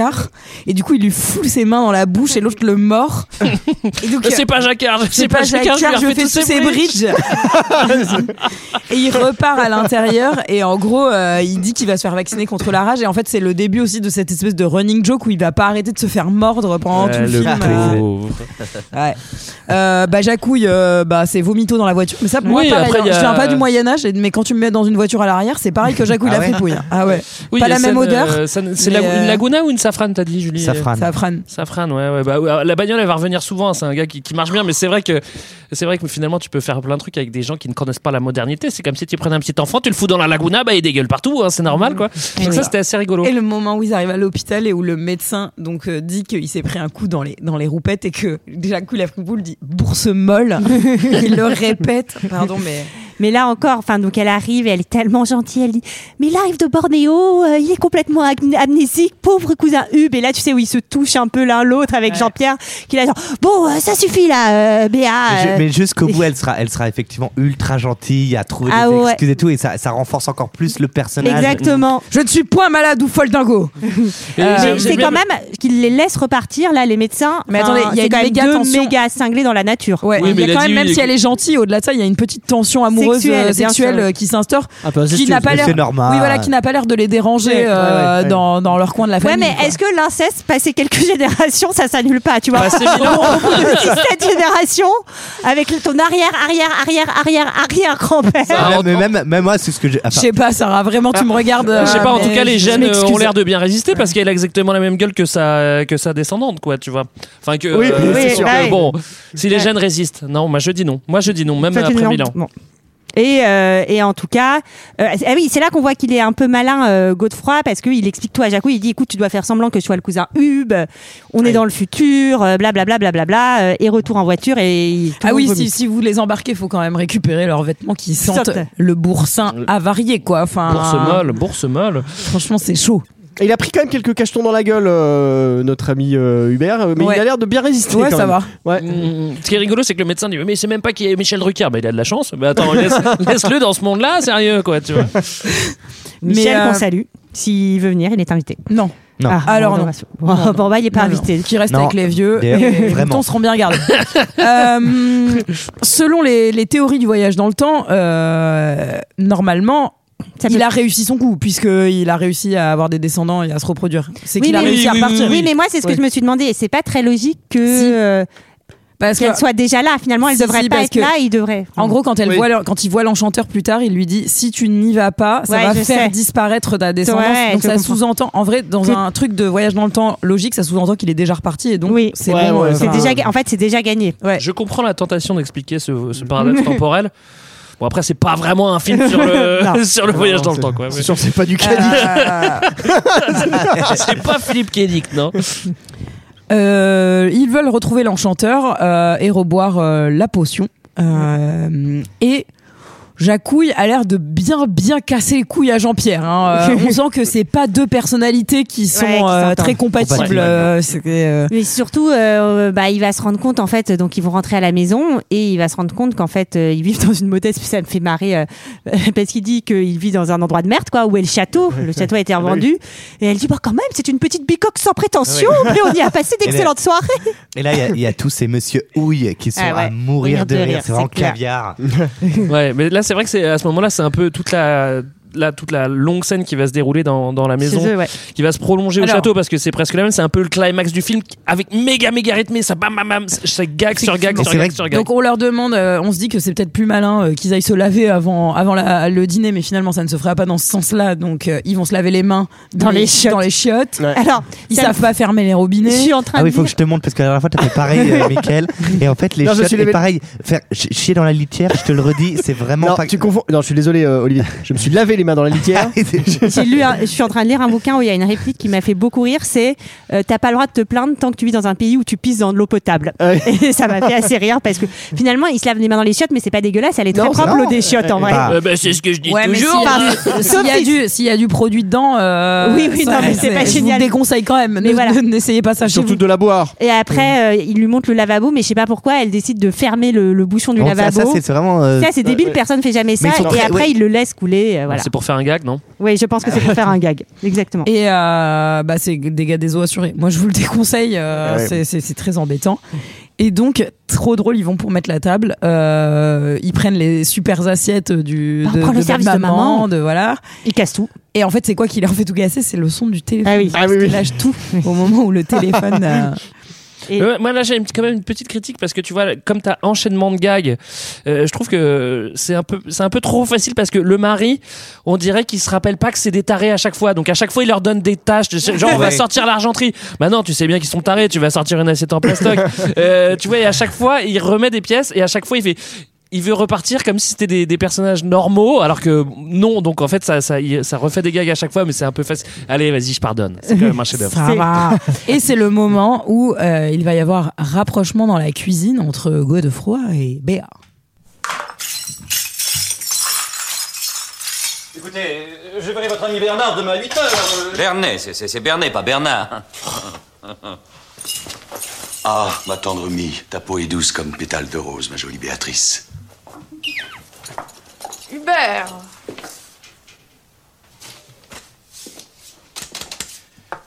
Et du coup, il lui fout ses mains dans la bouche et l'autre le mord. Et donc, Euh, C'est pas Jacquard, c'est pas Jacquard, je fais tous ces bridges. et il repart à l'intérieur et en gros, euh, il dit qu'il va se faire vacciner contre la rage. Et en fait, c'est le début aussi de cette espèce de running joke où il va pas arrêter de se faire mordre pendant tout le, film. euh. Ouais. Euh, bah Jacouille, euh, bah c'est vomito dans la voiture. Mais ça, pour moi, Oui, pareil, après, hein. il y a- je viens pas du Moyen Âge, mais quand tu me mets dans une voiture à l'arrière, c'est pareil que Jacouille Ah la ouais fripouille. hein. Ah ouais. Oui, pas il y a la même scène, odeur. euh, scène- c'est mais, la- une euh, laguna ou une safrane, t'as dit, Julie Safrane. Safrane. Safrane, ouais, ouais. Bah, ouais, alors, la bagnole, elle va revenir souvent. hein, C'est un gars qui, qui marche bien, mais c'est vrai que c'est vrai que finalement, tu peux faire plein de trucs avec des gens qui ne connaissent pas la modernité. C'est comme si tu prenais un petit enfant, tu le fous dans la laguna, bah il dégueule partout, hein, c'est normal, quoi. Et Donc Mmh. oui. ça, c'était assez rigolo. Euh, Et le moment où ils arrivent à l'hôpital et où le médecin donc euh, dit qu'il s'est pris un coup dans les dans les roupettes et que déjà coup la fripoule dit bourse molle. il le répète. Pardon mais Mais là encore, enfin, donc elle arrive et elle est tellement gentille. Elle dit Mais il arrive de Bornéo, euh, il est complètement ag- amnésique, pauvre cousin Hub. Et là, tu sais, où ils se touchent un peu l'un l'autre avec Jean-Pierre, qui là, genre Bon, euh, ça suffit là, euh, Béa. Mais ju- euh, mais jusqu'au bout, elle sera, elle sera effectivement ultra gentille à trouver Ah des ouais. excuses et tout, et ça, ça renforce encore plus le personnage. Exactement. Je ne suis point malade ou folle dingo. Mais j'ai- j'ai c'est quand bien- même qu'il les laisse repartir là les médecins. Mais attendez, Enfin, il y a c'est une quand même méga deux tension. méga cinglés dans la nature. Ouais, il y a quand même, même si elle est gentille, au-delà de ça, il y a une petite tension amoureuse Sexuelle, euh, bien sexuelle sûr. euh, qui s'instaure, Un peu qui incestueuse. n'a pas Mais l'air, c'est normal. oui voilà, qui n'a pas l'air de les déranger Ouais, ouais, euh, ouais. dans dans leur coin de la Ouais, famille. mais est-ce que l'inceste, passé quelques générations, ça s'annule pas, tu vois Bah, c'est évident. Au bout de 17 générations, avec ton arrière, arrière, arrière, arrière, arrière grand-père. Ah, mais même, même moi, c'est ce que j'ai. Je sais pas, Sarah, vraiment, tu me regardes. Je sais euh, pas, en tout mais cas, les je jeunes euh, ont m'excuse. l'air de bien résister parce qu'elle a exactement la même gueule que sa, que sa descendante, quoi, tu vois. Enfin, que. euh, Oui, oui, c'est oui, sûr bah que, oui. Bon, si les jeunes résistent, non, moi je dis non. Moi je dis non, même Toi, tu dis après non. mille ans. Bon. Et, euh, et en tout cas, euh, ah oui, c'est là qu'on voit qu'il est un peu malin, euh, Godefroy, parce qu'il explique tout à Jacques. Il dit écoute, tu dois faire semblant que je sois le cousin Hub, on est dans le futur, euh, blablabla, blablabla, euh, et retour en voiture. Et il- tout le Ah monde oui, vomit. si, si vous les embarquez, faut quand même récupérer leurs vêtements qui sentent Sortent. le boursin avarié, quoi. Enfin, Bourse molle, bourse molle. Franchement, c'est chaud. Et il a pris quand même quelques cachetons dans la gueule, euh, notre ami euh, Hubert, euh, mais Ouais. il a l'air de bien résister. Ouais, quand ça même. va. Ouais. Mm, Ce qui est rigolo, c'est que le médecin dit Mais c'est même pas qui est Michel Drucker. Bah, il a de la chance. Bah, attends, laisse- laisse-le dans ce monde-là, sérieux, quoi, tu vois. Mais, Michel, euh, qu'on salue. S'il veut venir, il est invité. Ah, Non. Non. Alors non. Bon, bon, bah, il est pas invité. Qui reste Non. avec les vieux. D'ailleurs, Et les vraiment. boutons seront bien regardés. Euh, selon les, les théories du voyage dans le temps, euh, normalement. il a réussi son coup, puisqu'il a réussi à avoir des descendants et à se reproduire. C'est qu'il a mais- réussi à repartir. Oui, mais moi, c'est ce que je me suis demandé. Et c'est pas très logique que. euh, Parce qu'elle que- soit déjà là. Finalement, elle Si, devrait si, pas parce être que- là. Il devrait. En gros, quand, elle Oui. voit le- quand il voit l'enchanteur plus tard, il lui dit si tu n'y vas pas, ça Ouais, va je faire sais. disparaître ta descendance. Ouais, donc je ça comprends. sous-entend, en vrai, dans un truc de voyage dans le temps logique, ça sous-entend qu'il est déjà reparti et donc c'est Ouais, bon. euh, ouais, enfin, c'est déjà ga- En fait, c'est déjà gagné. Je comprends la tentation d'expliquer ce, ce paradoxe temporel. Bon, après, c'est pas vraiment un film sur le, Non. sur le voyage dans le C'est- temps, quoi. mais- C'est sûr, c'est pas du caddie. c'est pas Philippe Kédic, non Euh, ils veulent retrouver l'enchanteur euh, et reboire euh, la potion. Euh, et Jacouille a l'air de bien bien casser les couilles à Jean-Pierre. hein. Euh, on sent que c'est pas deux personnalités qui sont Ouais, qui euh, s'entendent. très compatibles. Compatibles, euh, c'est- euh, Mais surtout, euh, bah, il va se rendre compte en fait, donc ils vont rentrer à la maison et il va se rendre compte qu'en fait, euh, ils vivent dans une modeste. Ça me fait marrer euh, parce qu'il dit qu'il vit dans un endroit de merde, quoi, où est le château. Le château a été Ah bah revendu et elle dit bah quand même, c'est une petite bicoque sans prétention, Ouais. mais on y a passé Et d'excellentes là- soirées. Et là, il y a- il y, a tous ces monsieur houilles qui sont Ah ouais. à mourir de rire. C'est vraiment caviar. ouais, mais là, c'est vrai que c'est à ce moment-là, c'est un peu toute la. Là, toute la longue scène qui va se dérouler dans, dans la maison, Chez eux, ouais. qui va se prolonger Alors- au château parce que c'est presque la même, c'est un peu le climax du film avec méga méga rythmé, ça bam bam bam, ça gag sur gag sur gag sur gag. Donc on leur demande, euh, on se dit que c'est peut-être plus malin euh, qu'ils aillent se laver avant, avant la- le dîner, mais finalement ça ne se fera pas dans ce sens-là. Donc euh, ils vont se laver les mains Dans mais- les chiottes. Dans les chiottes. Alors, ils ça me- savent pas fermer les robinets. Je suis en train Ah oui, il faut que je te montre parce que la dernière fois, t'as fait pareil, euh, Michael. Et en fait, les Non, je shots, suis les- et pareil, faire ch- chier dans la litière, je te le redis, c'est vraiment Non, pas. tu confonds. Non, je suis désolé, euh, Olivier. Je me suis lavé les mains dans la Ah, litière. J'ai lu, un- je suis en train de lire un bouquin où il y a une réplique qui m'a fait beaucoup rire. C'est euh, t'as pas le droit de te plaindre tant que tu vis dans un pays où tu pisses dans de l'eau potable. Ah Et ça m'a fait assez rire parce que finalement ils se lavent les mains dans les chiottes, mais c'est pas dégueulasse. Elle est très Non, propre non. l'eau des chiottes en vrai. Euh, bah, c'est ce que je dis Ouais, mais toujours. s'il y a Enfin, du- s'il y, a sauf du- s'il y a du produit dedans, euh, Oui, oui, ça- non, mais c'est pas génial. Je vous déconseille quand même. Ne- ne- N'essayez pas ça chez vous. de la boire. Et après, euh, il lui montre le lavabo, mais je sais pas pourquoi, elle décide de fermer le, le bouchon du Bon, ça- lavabo. ça, c'est vraiment, euh, Ça, c'est débile, ouais. personne fait jamais ça. Mais ils sont Et très- après, ouais. il le laisse couler. euh, voilà. C'est pour faire un gag, non Oui, je pense que c'est pour faire un gag. Exactement. Et euh, bah, c'est des gars des eaux assurés. Moi, je vous le déconseille. euh, Ah ouais. c'est- C'est c'est très embêtant. Et donc, trop drôle, ils vont pour mettre la table. Euh, ils prennent les super assiettes du. Bah, on prend le notre service de maman. de- voilà. Ils cassent tout. Et en fait, c'est quoi qui leur fait tout casser C'est le son du téléphone. Ah oui. Parce qu'ils lâchent tout au moment où le téléphone. euh, Et- Euh, moi là j'ai une- quand même une petite critique parce que tu vois comme t'as enchaînement de gags, euh, je trouve que c'est un peu c'est un peu trop facile parce que le mari, on dirait qu'il se rappelle pas que c'est des tarés à chaque fois. Donc à chaque fois il leur donne des tâches, de- genre on va Ouais. sortir l'argenterie. Maintenant tu sais bien qu'ils sont tarés, tu vas sortir une assiette en plastoc. Euh, tu vois et à chaque fois il remet des pièces et à chaque fois il fait il veut repartir comme si c'était des, des personnages normaux, alors que non. Donc en fait, ça, ça, il- ça refait des gags à chaque fois, mais c'est un peu facile. Allez, vas-y, je pardonne. C'est quand même un chef-d'œuvre. Ça va. Et c'est le moment où euh, il va y avoir rapprochement dans la cuisine entre Godefroy et Béa. Écoutez, euh, je verrai votre ami Bernard demain à 8h. Bernet, c'est- c'est c'est Bernet, pas Bernard. Ah, ma tendre mie, ta peau est douce comme pétale de rose, ma jolie Béatrice. Hubert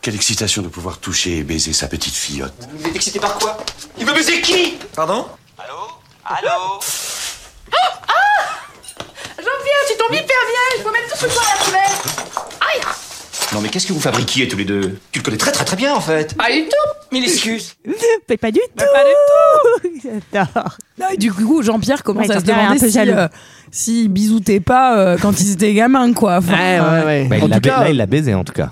Quelle excitation de pouvoir toucher et baiser sa petite fillotte. Vous êtes excité par quoi Il veut baiser qui Pardon Allô Jean-Pierre, tu tombes hyper bien, il faut mettre tout ce corps à la poubelle Aïe Non mais qu'est-ce que vous fabriquiez tous les deux Tu le connais très très très bien en fait. Pas du tout Mille excuses. Mais pas du tout. J'adore. Non, et du coup, Jean-Pierre commence Ouais, à se Jean-Pierre est demander un peu si, jaloux. euh, s'ils bisoutaient pas euh, quand ils étaient gamins, quoi. Enfin, euh, Bah, il Ah, En l'a tout ba- cas- là, il l'a baisé en tout cas.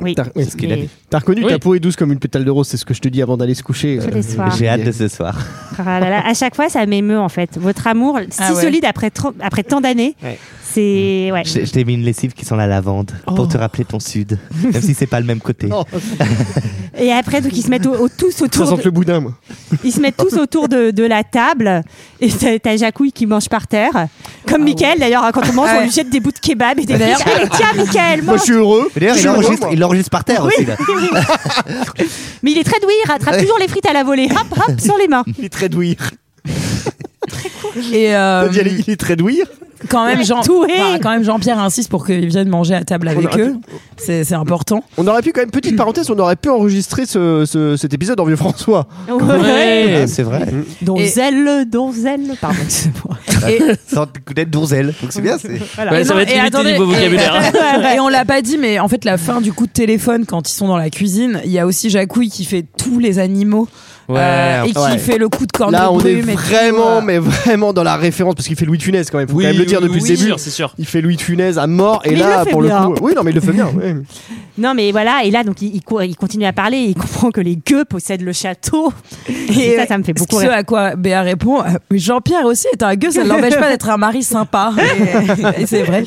Oui. T'as oui, ce qu'il a mais- dit. t'as reconnu, Oui. ta peau est douce comme une pétale de rose, c'est ce que je te dis avant d'aller se coucher. euh. Tous les soirs. J'ai hâte de ce soir. Ah là là, à chaque fois, ça m'émeut en fait. Votre amour, si Ah ouais. solide après, tro- après tant d'années, c'est. Ouais. Je, je t'ai mis une lessive qui sent la lavande pour te rappeler ton sud, même si c'est pas le même côté. Et après, donc, ils se mettent au- au- tous Ça autour. sent de- que le boudin, moi. Ils se mettent tous autour de, de la table et t'as t'as Jacouille qui mange par terre. Comme Mickaël d'ailleurs, hein, quand on mange, on Ah Ouais. lui jette des bouts de kebab et des D'ailleurs- frites. Allez, tiens, Mickaël, mange. heureux. D'ailleurs, Je il suis heureux, enregistre, moi. il enregistre par terre aussi. Là. Mais il est très doué, il rattrape Ouais. toujours les frites à la volée. Hop, hop, sur les mains. Il est très doué. et, euh, Ah T'as dit, allez, il est très doué. quand même, Jean, Tout est- enfin, quand même, Jean-Pierre insiste pour qu'ils viennent manger à table avec eux. C'est c'est important. On aurait pu quand même, petite parenthèse, on aurait pu enregistrer ce, ce- cet épisode en vieux François. Ouais. Ouais. Ah, c'est vrai. Donzelle, donzelle, pardon. Et- Sans coup d'être donzelle. Donc c'est bien. c'est- Et non, et attendez, et- hein. et on l'a pas dit, mais en fait, la fin du coup de téléphone, quand ils sont dans la cuisine, il y a aussi Jacouille qui fait tous les animaux euh, Ouais, et qui ouais. fait le coup de corne Là, de on est brume et tout, vraiment, euh. mais vraiment dans la référence parce qu'il fait Louis de Funès quand même. Faut Oui, quand même le oui, dire oui, depuis oui, le c'est début. sûr, c'est sûr. Il fait Louis de Funès à mort et Mais il là, le fait pour bien. le coup, oui, non, mais il le fait bien. ouais. Non, mais voilà, et là, donc, il, il court- il continue à parler, et il comprend que les gueux possèdent le château. Et, ça, ça me fait beaucoup euh, ce rire. à quoi Béa répond euh, Mais Jean-Pierre aussi est un gueux, ça ne l'empêche pas d'être un mari sympa. Et, et c'est vrai.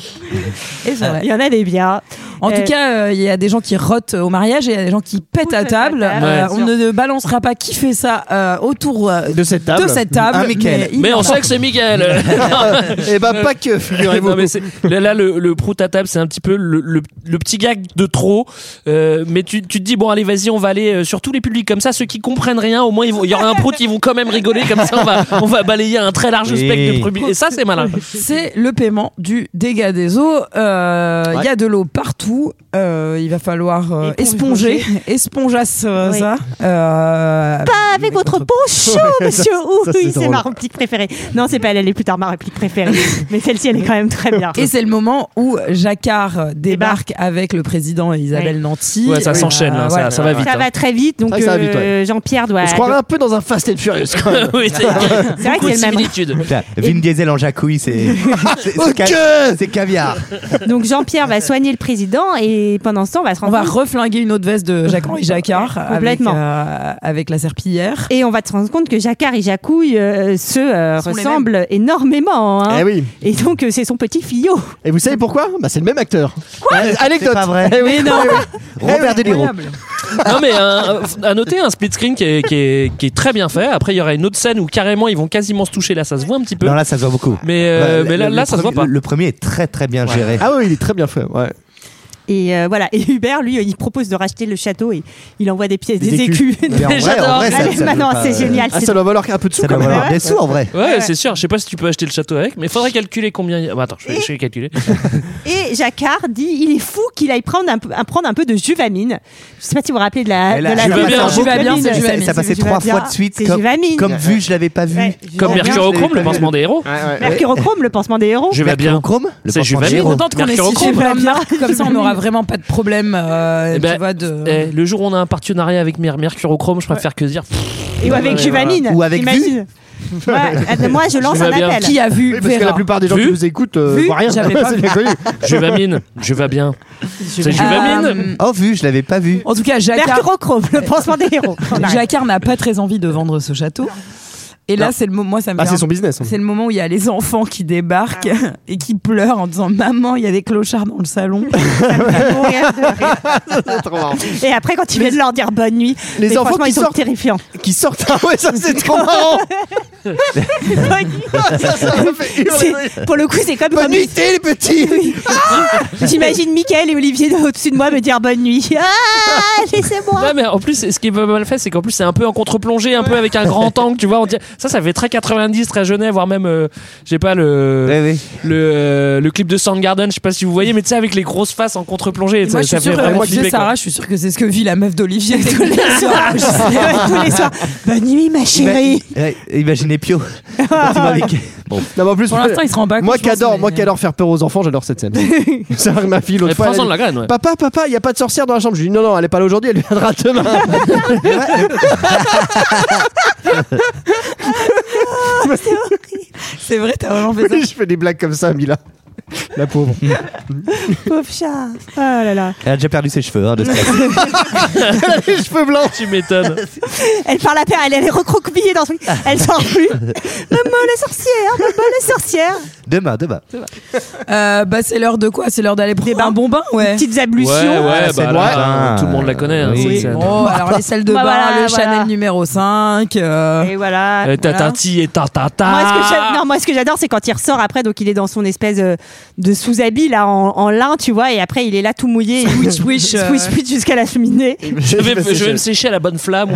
Et c'est vrai. Il y en a des biens. En Euh, tout cas, euh, il y a des gens qui rotent au mariage et il y a des gens qui pètent à table. table, Euh, bien on ne, ne balancera pas qui fait ça euh, autour euh, de cette table. table, Un Mickaël. il- Mais on sait que c'est Mickaël. Ah, Eh ben, pas que, figurez-vous. Non, mais c'est- là, là, le, le prout à table, c'est un petit peu le, le- le petit gag de trop. Euh, mais tu, tu te dis, bon, allez, vas-y, on va aller euh, sur tous les publics comme ça. Ceux qui comprennent rien, au moins, ils vont- il y aura un prout, ils vont quand même rigoler. Comme ça, on va, on va balayer un très large Oui. spectre de publics. Et ça, c'est malin. C'est le paiement du dégât des eaux. Euh, Il y a de l'eau partout. Euh, il va falloir euh, Éponger. esponger, espongeasse euh, Oui. ça. Euh, Pas avec votre bon chaud, Ouais, ça, monsieur. ça, Oui, c'est c'est drôle. ma réplique préférée. Non, c'est pas elle, elle est plus tard ma réplique préférée. mais celle-ci, elle est quand même très bien. Et c'est le moment où Jacquard débarque avec le président et Isabelle Nanty. Ouais, ça s'enchaîne, là, ça- ça va vite, Ça hein. va très vite, donc C'est vrai que ça va vite, euh, Jean-Pierre doit. Je croirais un peu dans un Fast and Furious quand même. hein. oui, c'est C'est vrai que c'est le même. Putain, Vin Diesel en jacouille, c'est. c'est- c'est ca- C'est caviar. Donc Jean-Pierre va soigner le président et pendant ce temps, on va se On rendre va compte- reflinguer une autre veste de Jacques-Henri Jacquard avec, Complètement. euh, avec la serpillière. Et on va se rendre compte que Jacquard et Jacouille euh, se euh, Sont les ressemblent énormément. hein. Eh oui. Et donc, euh, c'est son petit fillot. Et vous savez pourquoi Bah, c'est le même acteur. Quoi Anecdote. C'est pas vrai. Eh oui. Mais non. Eh oui. Robert De Niro. Non mais un- un- à noter un split screen qui est, qui, est, qui est très bien fait. Après il y aura une autre scène où carrément ils vont quasiment se toucher. Là ça se voit un petit peu. Non, là, ça se voit beaucoup. Mais, euh, mais là- là, ça se premier- voit pas. Le, le premier est très très bien géré. Ah oui, il est très bien fait. Ouais. Et euh, voilà. Et Hubert, lui, il propose de racheter le château et il envoie des pièces, des, écus. Mais en vrai, en J'adore. vrai, ça- Allez, ça maintenant, peut pas, c'est euh, génial. Ah, c'est- ça doit valoir un peu de sous Ça doit quand même. hein. valoir des sous en vrai. Ouais, c'est sûr. Je sais pas si tu peux acheter le château avec, mais faudrait calculer combien. il y a- bah, attends, je vais, je vais calculer. Et Jacquard dit il est fou qu'il aille prendre un, peu- un- prendre un peu de juvamine. Je sais pas si vous vous rappelez de Ah, la. Et là, de la Juvamine, version ça- Juvamine. ça- Ça, passait trois fois de suite. C'est Comme, Juvamine. comme vu, je l'avais pas vu. Ouais, Comme Mercurochrome, le pansement des héros. Mercurochrome, le pansement des héros. Je vais bien. Mercurochrome, le C'est pansement des Juvamine. héros. Contente qu'on ait Mercurochrome. cité plein de marques, comme ça on aura vraiment pas de problème. euh, Eh ben, tu vois, de... eh, le jour où on a un partenariat avec Mer Mercurochrome, je préfère que dire. Et ou avec Juvaline, Ou avec imagine. Vue. Ouais, euh, moi, je lance un appel. Qui a vu Oui, parce que Vera la plupart des gens qui Vu nous écoutent euh, Vu, voient rien. j'avais pas C'est vu. bien connu. Je vais mine, je vais bien. C'est Juvamine Oh, vu, je l'avais pas vu. Euh, En tout cas, Jacquard. Mercurochrome, le pansement des héros. On arrête. Jacquard n'a pas très envie de vendre ce château. Et là, Non. c'est le moment. Moi, ça me Ah, Bah, fait c'est un- son business, hein. C'est le moment où il y a les enfants qui débarquent Ah et qui pleurent en disant Maman, il y a des clochards dans le salon. Et après, quand ils viennent leur dire bonne nuit, Les mais enfants franchement, qui ils sont sortent- terrifiants. Qui sortent. Ah ouais, ça c'est trop marrant. C'est- pour le coup, c'est comme bonne nuit, les petits. J'imagine Mickaël et Olivier de- au-dessus de moi me dire bonne nuit. Ah, laissez-moi. Ouais, mais en plus, ce qui est pas mal fait, c'est qu'en plus, c'est un peu en contre-plongée, un peu avec un grand angle, tu vois. On dirait- Ça, ça fait très 90, très Genève, voire même, euh, j'ai pas le, le, euh, le clip de Soundgarden, je sais pas si vous voyez, mais tu sais, avec les grosses faces en contre-plongée, Et moi, ça, je suis ça fait sûre, euh, vraiment moi, je disais, flipper. quoi. Sarah, je suis sûre que c'est ce que vit la meuf d'Olivier tous les Ah, soirs. Je sais, tous les soirs. Bonne nuit, ma chérie. Ouais, imaginez Pio. Bon. Non, mais en plus, Pour l'instant, il se rend pas compte, Moi je qui pense, adore, mais- moi qui adore faire peur aux enfants, j'adore cette scène. Ça arrive ma fille l'autre Elle fois. prend ça elle de la dit, graine, ouais. Papa, papa, il y a pas de sorcière dans la chambre. Je lui dis non, non, elle est pas là aujourd'hui, elle viendra demain. C'est vrai, t'as Ah, vraiment fait ça. Oui, je fais des blagues comme ça, Mila. La pauvre. Pauvre chat. Oh là là. Elle a déjà perdu ses cheveux, hein, de stress. les cheveux blancs. Tu m'étonnes. Elle parle à peine, elle, elle est recroquevillée dans son lit. Elle sort plus. Maman la sorcière, maman la sorcière. Demain, demain. Euh, bah, c'est l'heure de quoi C'est l'heure d'aller prendre un bon bain, Eh. ouais. Petites Ouais, ablutions. ouais, la bah, scène, là, ouais. là, tout le Ah, monde la connaît. hein, Oui. cette scène. Oh, alors les salles de Bah, bain, voilà, le voilà. Chanel numéro 5. euh, Et voilà. Euh, ta- ta- ti et ta ta ta. Moi, ce que j'a- non, moi, ce que j'adore, c'est quand il ressort après, donc il est dans son espèce euh, de sous-habit, là, en, en lin, tu vois, et après, il est là tout mouillé. et- Swish, swish, euh. Swish, swish jusqu'à la cheminée. je vais, je vais me sécher à la bonne flamme.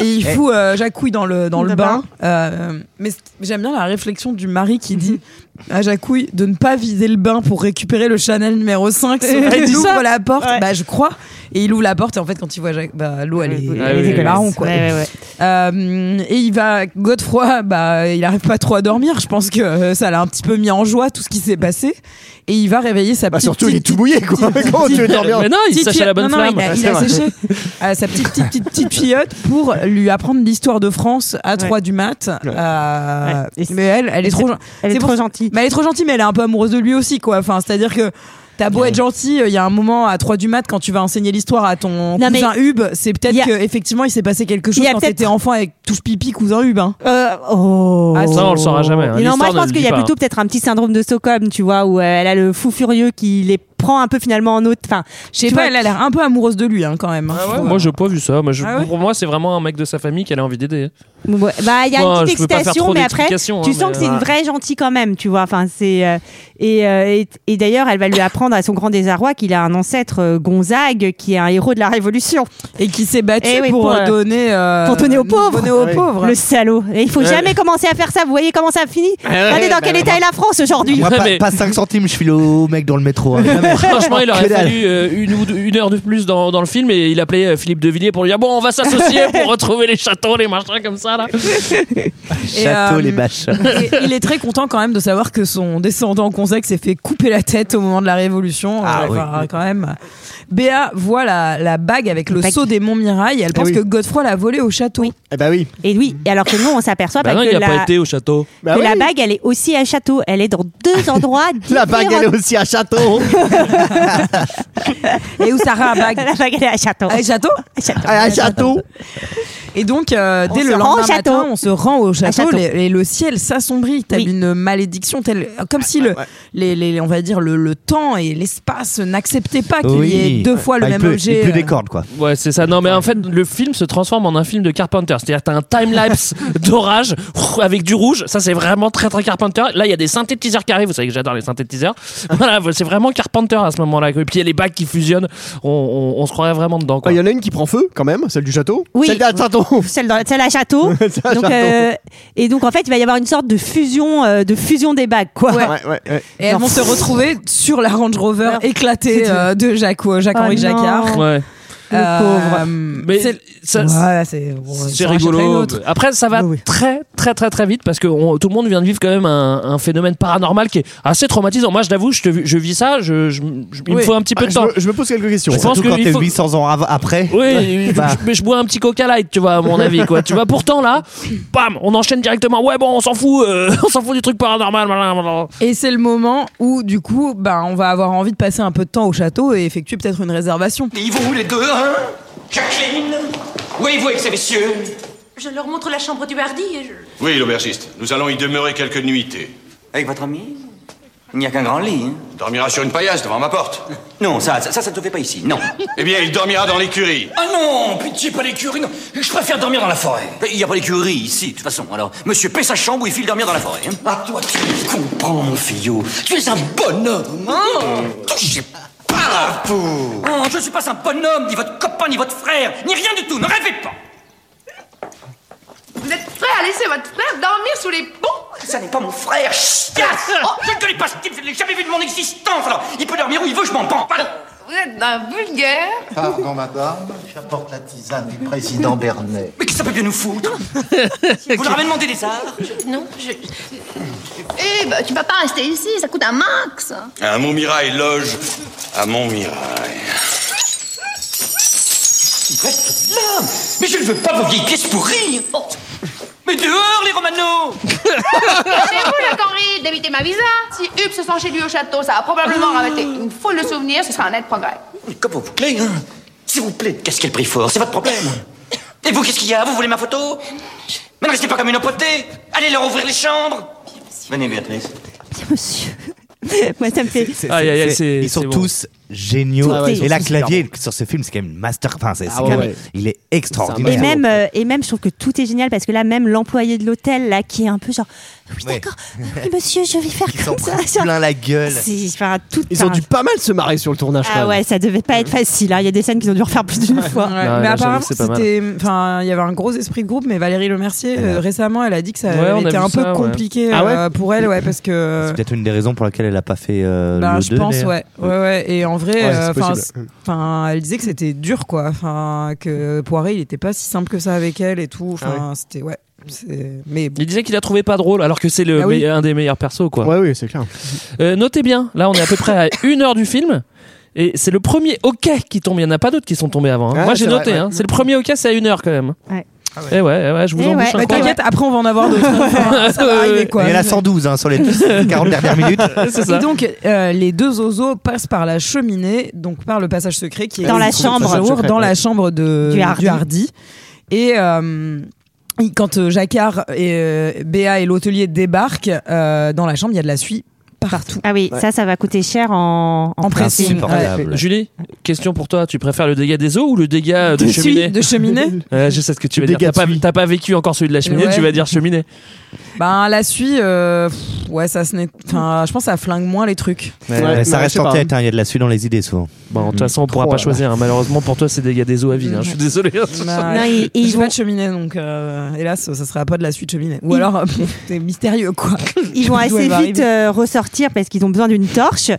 Et Eh. il fout euh, Jacouille dans le, dans Dans le le bain. Euh, mais c'est- j'aime bien la réflexion du mari qui dit Mhm. à Jacouille de ne pas vider le bain pour récupérer le Chanel numéro 5. Sauf Elle qu'il dit ouvre ça la porte, Ouais. bah je crois. Et il ouvre la porte et en fait quand il voit Jacques, bah, l'eau elle est, Ouais, elle ouais, est ouais. marron quoi. Ouais, ouais, ouais. Euh, et il va Godefroy, bah il arrive pas trop à dormir. Je pense que euh, ça l'a un petit peu mis en joie tout ce qui s'est passé. Et il va réveiller sa Bah, petite surtout, il est tout mouillé, quoi. Comment tu veux dormir Mais non, il Oh, Petite sèche à la fillette- bonne non, flamme. Non, il a, il a séché euh, sa petite, petite, petite, petite filleute pour lui apprendre l'histoire de France à 3 du mat. euh, Ouais. Mais elle, elle est trop, gen- Elle est, c'est pour- trop Bah, gentille. mais elle est trop gentille, mais elle est un peu amoureuse de lui aussi, quoi. Enfin, c'est-à-dire que. T'as beau être gentil, euh, il y a un moment à 3 du mat quand tu vas enseigner l'histoire à ton Non, cousin Hub, c'est peut-être Il y a- qu'effectivement il s'est passé quelque chose Il y a quand peut-être- t'étais enfant avec touche pipi cousin Hub. Hein. Euh, oh. Ah, Ça, on le saura jamais. hein. Et non, L'histoire moi, je ne pense le qu'il y dit a pas, plutôt peut-être un petit syndrome de Stockholm, tu vois, où euh, elle a le fou furieux qui les prend un peu finalement en autre. Enfin, Je sais tu vois, pas, Ah elle a l'air un peu amoureuse de lui hein, quand même. hein. hein. Faut- Moi, j'ai pas vu ça. Moi, je- Ah ouais Pour moi, c'est vraiment un mec de sa famille qu'elle a envie d'aider. Ouais, bah il y a Bon, une je petite peux pas faire excitation trop mais après tu sens d'explications, hein, mais- que c'est une vraie gentille quand même tu vois enfin c'est euh, et, euh, et, et d'ailleurs elle va lui apprendre à son grand désarroi qu'il a un ancêtre euh, Gonzague qui est un héros de la révolution Et qui s'est battu Eh oui, pour, pour, euh, euh, donner euh, pour donner aux pauvres. donner aux Oui. pauvres. le salaud et il faut jamais commencer à faire ça vous voyez comment ça finit regardez bah dans quel état est la France aujourd'hui Moi, Ouais, pas, mais- 5 centimes, je file au mec dans le métro. hein. Franchement, il aurait Que dalle. fallu euh, une, ou deux- une heure de plus dans, dans le film et il appelait euh, Philippe de Villiers pour lui dire Bon, on va s'associer pour retrouver les châteaux, les machins comme ça là. Et, Château, euh, les bâches. Et il est très content quand même de savoir que son descendant Gonzague s'est fait couper la tête au moment de la Révolution. Euh, Ah oui. Enfin, quand même. Béa voit la, la bague avec le Bague. sceau des Monts Mirail. Eh Elle pense oui. que Godefroy l'a volée au château. Eh bah oui. et oui alors que nous on s'aperçoit Bah pas non, que il a la... pas été au château. Bah que oui. la bague, elle est aussi à château. Elle est dans deux endroits La bague, elle est aussi à château. Et où Sarah a bague La bague, elle est à château. Avec château À château. Euh, À château. Et donc, euh, On dès se le rend lendemain au château. matin, on se rend au château, château. les- et le ciel s'assombrit, telle Oui. une malédiction, telle, comme si le, les, les- on va dire le, le temps et l'espace n'acceptaient pas qu'il y ait deux fois Bah, le il même pleut- objet. Il pleut euh, des cordes, quoi. Ouais, c'est ça. Non, mais en fait, le film se transforme en un film de Carpenter. C'est-à-dire, t'as un time-lapse d'orage avec du rouge. Ça, c'est vraiment très, très Carpenter. Là, il y a des synthétiseurs qui arrivent. Vous savez que j'adore les synthétiseurs. Voilà, c'est vraiment Carpenter à ce moment-là. Et puis, il y a les bacs qui fusionnent. On, on- on se croirait vraiment dedans, Ah, quoi. Il y en a une qui prend feu, quand même, celle du château. Oui. Celle d'un château. celle, dans, celle à château. Celle à donc, château. euh, et donc en fait, il va y avoir une sorte de fusion, euh, de fusion des bagues, quoi. Ouais, ouais, ouais. Et elles vont se retrouver sur la Range Rover Non. éclatée euh, de Jacques, Jacques-Henri Oh non. Jacquard. Euh, Ouais. Le pauvre. Mais ça- Ouais, c'est bon, C'est j'en rachèterai une rigolo. autre. Après, ça va très, très, très, très vite parce que on- tout le monde vient de vivre quand même un, un phénomène paranormal qui est assez traumatisant. Moi, je l'avoue, je, te- je vis ça. Je, je- je- il me Oui. faut un petit peu Ah, de je temps. me- je me pose quelques questions. Je pense Surtout que quand il t'es faut- 800 ans av- après. Oui, je- Bah. je- mais je bois un petit coca light, tu vois, à mon avis, quoi. Tu vois, pourtant là, bam, on enchaîne directement. Ouais, bon, on s'en fout, euh, on s'en fout du truc paranormal. blablabla. Et c'est le moment où, du coup, bah, on va avoir envie de passer un peu de temps au château et effectuer peut-être une réservation. Ils vont où les deux, hein Jacqueline Où allez-vous avec ces messieurs Je leur montre la chambre du Hardy et je... Oui, l'aubergiste, nous allons y demeurer quelques nuitées. Avec votre ami Il n'y a qu'un grand lit. Hein. Il dormira sur une paillasse devant ma porte. Non, ça, ça, ça, ça ne te fait pas ici. Non. Eh bien, il dormira dans l'écurie. Ah non, pitié, pas l'écurie, non. Je préfère dormir dans la forêt. Il n'y a pas d'écurie ici, de toute façon. Alors, monsieur paie sa chambre ou il file dormir dans la forêt. hein. Ah, toi, tu comprends, mon fillot. Tu es un bonhomme, hein Touchez pas pour Oh, je ne suis pas un bonhomme, ni votre copain, ni votre frère, ni rien du tout. Ne rêvez pas. Vous êtes prêts à laisser votre frère dormir sous les ponts Ça n'est pas mon frère, chiasse Oh, je ne connais pas ce type, je ne l'ai jamais vu de mon existence. Alors, il peut dormir où il veut, je m'en pends. Pardon. Vous êtes d'un vulgaire Pardon, madame, j'apporte la tisane du président Bernet. Mais qu'est-ce que ça peut bien nous foutre Vous leur avez demandé des arts Non, je... Eh ben, tu vas pas rester ici, ça coûte un max Un Montmirail loge à Montmirail. Là Mais je ne veux pas vos vieilles pièces pourries Oh. Mais dehors, les Romano C'est vous la connerie d'éviter ma visa Si Hugues se sent chez lui au château, ça va probablement ramener une foule de souvenirs, ce sera un net progrès. Comme vous voulez, hein S'il vous plaît, qu'est-ce qu'elle prie fort C'est votre problème Et vous, qu'est-ce qu'il y a Vous voulez ma photo Mais ne restez pas comme une empotée Allez leur ouvrir les chambres Venez, Béatrice. monsieur. Moi, ça me fait. C'est- Aïe, aïe, aïe, c'est- ils c'est sont bon. tous géniaux. Ah ouais, ils sont et la tous clavier sur ce film, c'est quand même une master. Enfin, c'est, c'est Ah ouais, quand même- ouais. il est Et extraordinaire. même, euh, et même, je trouve que tout est génial parce que là, même l'employé de l'hôtel, là, qui est un peu genre, oui, Ouais. d'accord, oui, monsieur, je vais faire comme ça. genre, plein la gueule. c'est- enfin, tout, Ils ont enfin, dû pas mal se marrer sur le tournage. quand Ah même. ouais, ça devait pas être facile. hein. Il y a des scènes qu'ils ont dû refaire plus d'une fois. Ouais, mais apparemment, c'était. Enfin, il y avait un gros esprit de groupe, mais Valérie Lemercier, euh, récemment, elle a dit que ça Ouais, on a avait été vu un ça, peu ouais. compliqué Ah ouais euh, pour elle, ouais, parce que. C'est peut-être une des raisons pour laquelle elle a pas fait euh, Bah, Ben, le je deux, pense, d'ailleurs. ouais. ouais, ouais. Et en vrai, Ouais, euh, c'est enfin, possible. c'est- enfin, elle disait que c'était dur, quoi. Enfin, que Poiré, il était pas si simple que ça avec elle et tout. Ah Enfin, c'était, ouais. c'est- Mais bon. Il disait qu'il a trouvé pas drôle alors que c'est le Bah Ah oui. meille- un des meilleurs persos quoi. Ouais, oui, c'est clair. Euh, notez bien, là on est à peu près à une heure du film. Et c'est le premier OK qui tombe. Il n'y en a pas d'autres qui sont tombés avant. hein. Ah, Moi j'ai c'est noté, vrai, ouais. hein, c'est le premier OK, c'est à une heure quand même. Et ouais, eh ouais, je vous Eh embauche ouais. un Mais coin. T'inquiète, après on va en avoir d'autres. Enfin, ça va arriver, quoi. Il y en a 112 hein, sur les 40 dernières minutes. Et donc, euh, les deux oiseaux passent par la cheminée, donc par le passage secret qui est Dans la qui se trouve chambre. toujours Passage secret, dans ouais. la chambre de, Du Hardy. Et euh, il- quand euh, Jacquard et euh, Béa et l'hôtelier débarquent euh, dans la chambre, il y a de la suie partout. Ah oui, Ouais. ça, ça va coûter cher en, en, pressing. Ouais. Julie, question pour toi. Tu préfères le dégât des eaux ou le dégât de De cheminée suie, de cheminée. Euh, Je sais ce que tu vas Le dire. dégât T'as de pas, t'as pas vécu encore celui de la cheminée, Ouais. tu vas dire cheminée. Ben la suie, euh, pff, ouais, ça se n'est. Enfin, je pense que ça flingue moins les trucs. Mais, Ouais, euh, ça mais reste je sais en pas. tête, hein, il y a de la suie dans les idées souvent. Bon, Hmm. de toute façon, on pourra pas choisir. hein. Malheureusement pour toi, c'est dégât des eaux à vie. hein. Je suis désolé. Bah, Non, ils- j'ai pas de cheminée, donc euh, hélas, ça sera pas de la suite cheminée. Ou alors, euh, c'est mystérieux quoi. Ils vont assez vite euh, ressortir parce qu'ils ont besoin d'une torche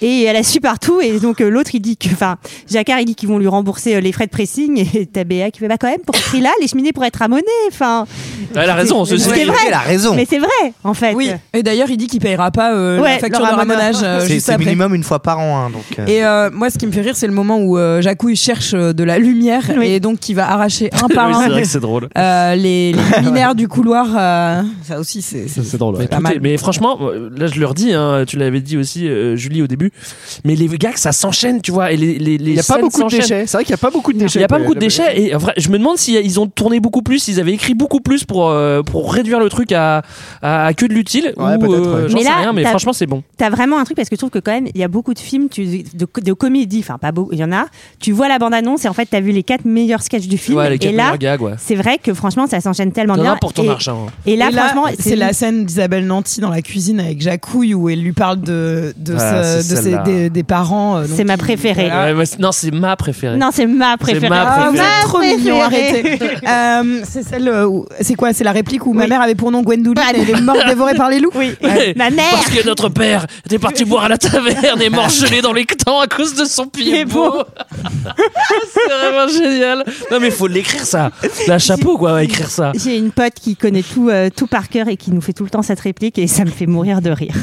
et elle la suit partout et donc euh, l'autre il dit que enfin Jacquard il dit qu'ils vont lui rembourser euh, les frais de pressing et t'as Béa qui fait bah quand même pour ce prix là les cheminées pourraient être ramonnées enfin Elle a raison, c'est ceci c'est dit. vrai Elle a raison. mais c'est vrai en fait Oui, et d'ailleurs, il dit qu'il payera pas euh, euh, Ouais, la facture le de ramoneur. ramonage euh, c'est juste c'est après. minimum une fois par an. hein, donc, euh. Et euh, moi, ce qui me fait rire, c'est le moment où euh, Jacouille cherche euh, de la lumière et donc il va arracher un par Oui, un c'est vrai que c'est drôle. euh, les, les luminaires du couloir. euh, ça aussi, c'est C'est drôle. Mais, pas tout mal. est- mais franchement, euh, là je leur dis, hein, tu l'avais dit aussi euh, Julie au début, mais les gars, que ça s'enchaîne, tu vois. Et les, les, les Il n'y a pas scènes beaucoup de s'enchaînent. déchets. C'est vrai qu'il n'y a pas beaucoup de déchets. Il n'y a pas Ouais, beaucoup de le- déchets et en vrai, je me demande s'ils ils ont tourné beaucoup plus, s'ils avaient écrit beaucoup plus pour, euh, pour réduire le truc à, à, à que de l'utile Ouais, ou peut-être, euh, ouais. j'en Mais sais là, rien mais t'as- franchement c'est bon. T'as vraiment un truc parce que je trouve que quand même il y a beaucoup de films tu, de, de comédie, enfin pas beaucoup, il y en a. Tu vois la bande annonce et en fait t'as vu les quatre meilleurs sketchs du film. Ouais, les et quatre là, meilleurs gags, ouais. c'est vrai que franchement ça s'enchaîne tellement T'en as bien. pour ton et, argent. hein. et là, franchement, c'est la scène d'Isabelle Nanty dans la cuisine avec Jacouille où où elle lui parle de, de, Ah, ce- c'est de ses- celle-là. des, des parents. euh, donc C'est ma qui- préférée. voilà. Ah. Ouais, ouais, c'est- non, c'est ma préférée. Non, c'est Oh, ma préférée. Ah, vous préférée. êtes trop mignon, arrêtez. préférée. Euh, c'est celle où. C'est quoi C'est la réplique où ma mère avait pour nom Gwendoline et elle est morte dévorée par les loups Oui. Ouais, Ma mère Parce que notre père était parti boire à la taverne et mort gelé dans les temps à cause de son pied beau. c'est vraiment génial. Non mais faut l'écrire ça. La chapeau quoi, à écrire ça. J'ai une pote qui connaît tout, euh, tout par cœur et qui nous fait tout le temps cette réplique et ça me fait mourir de rire.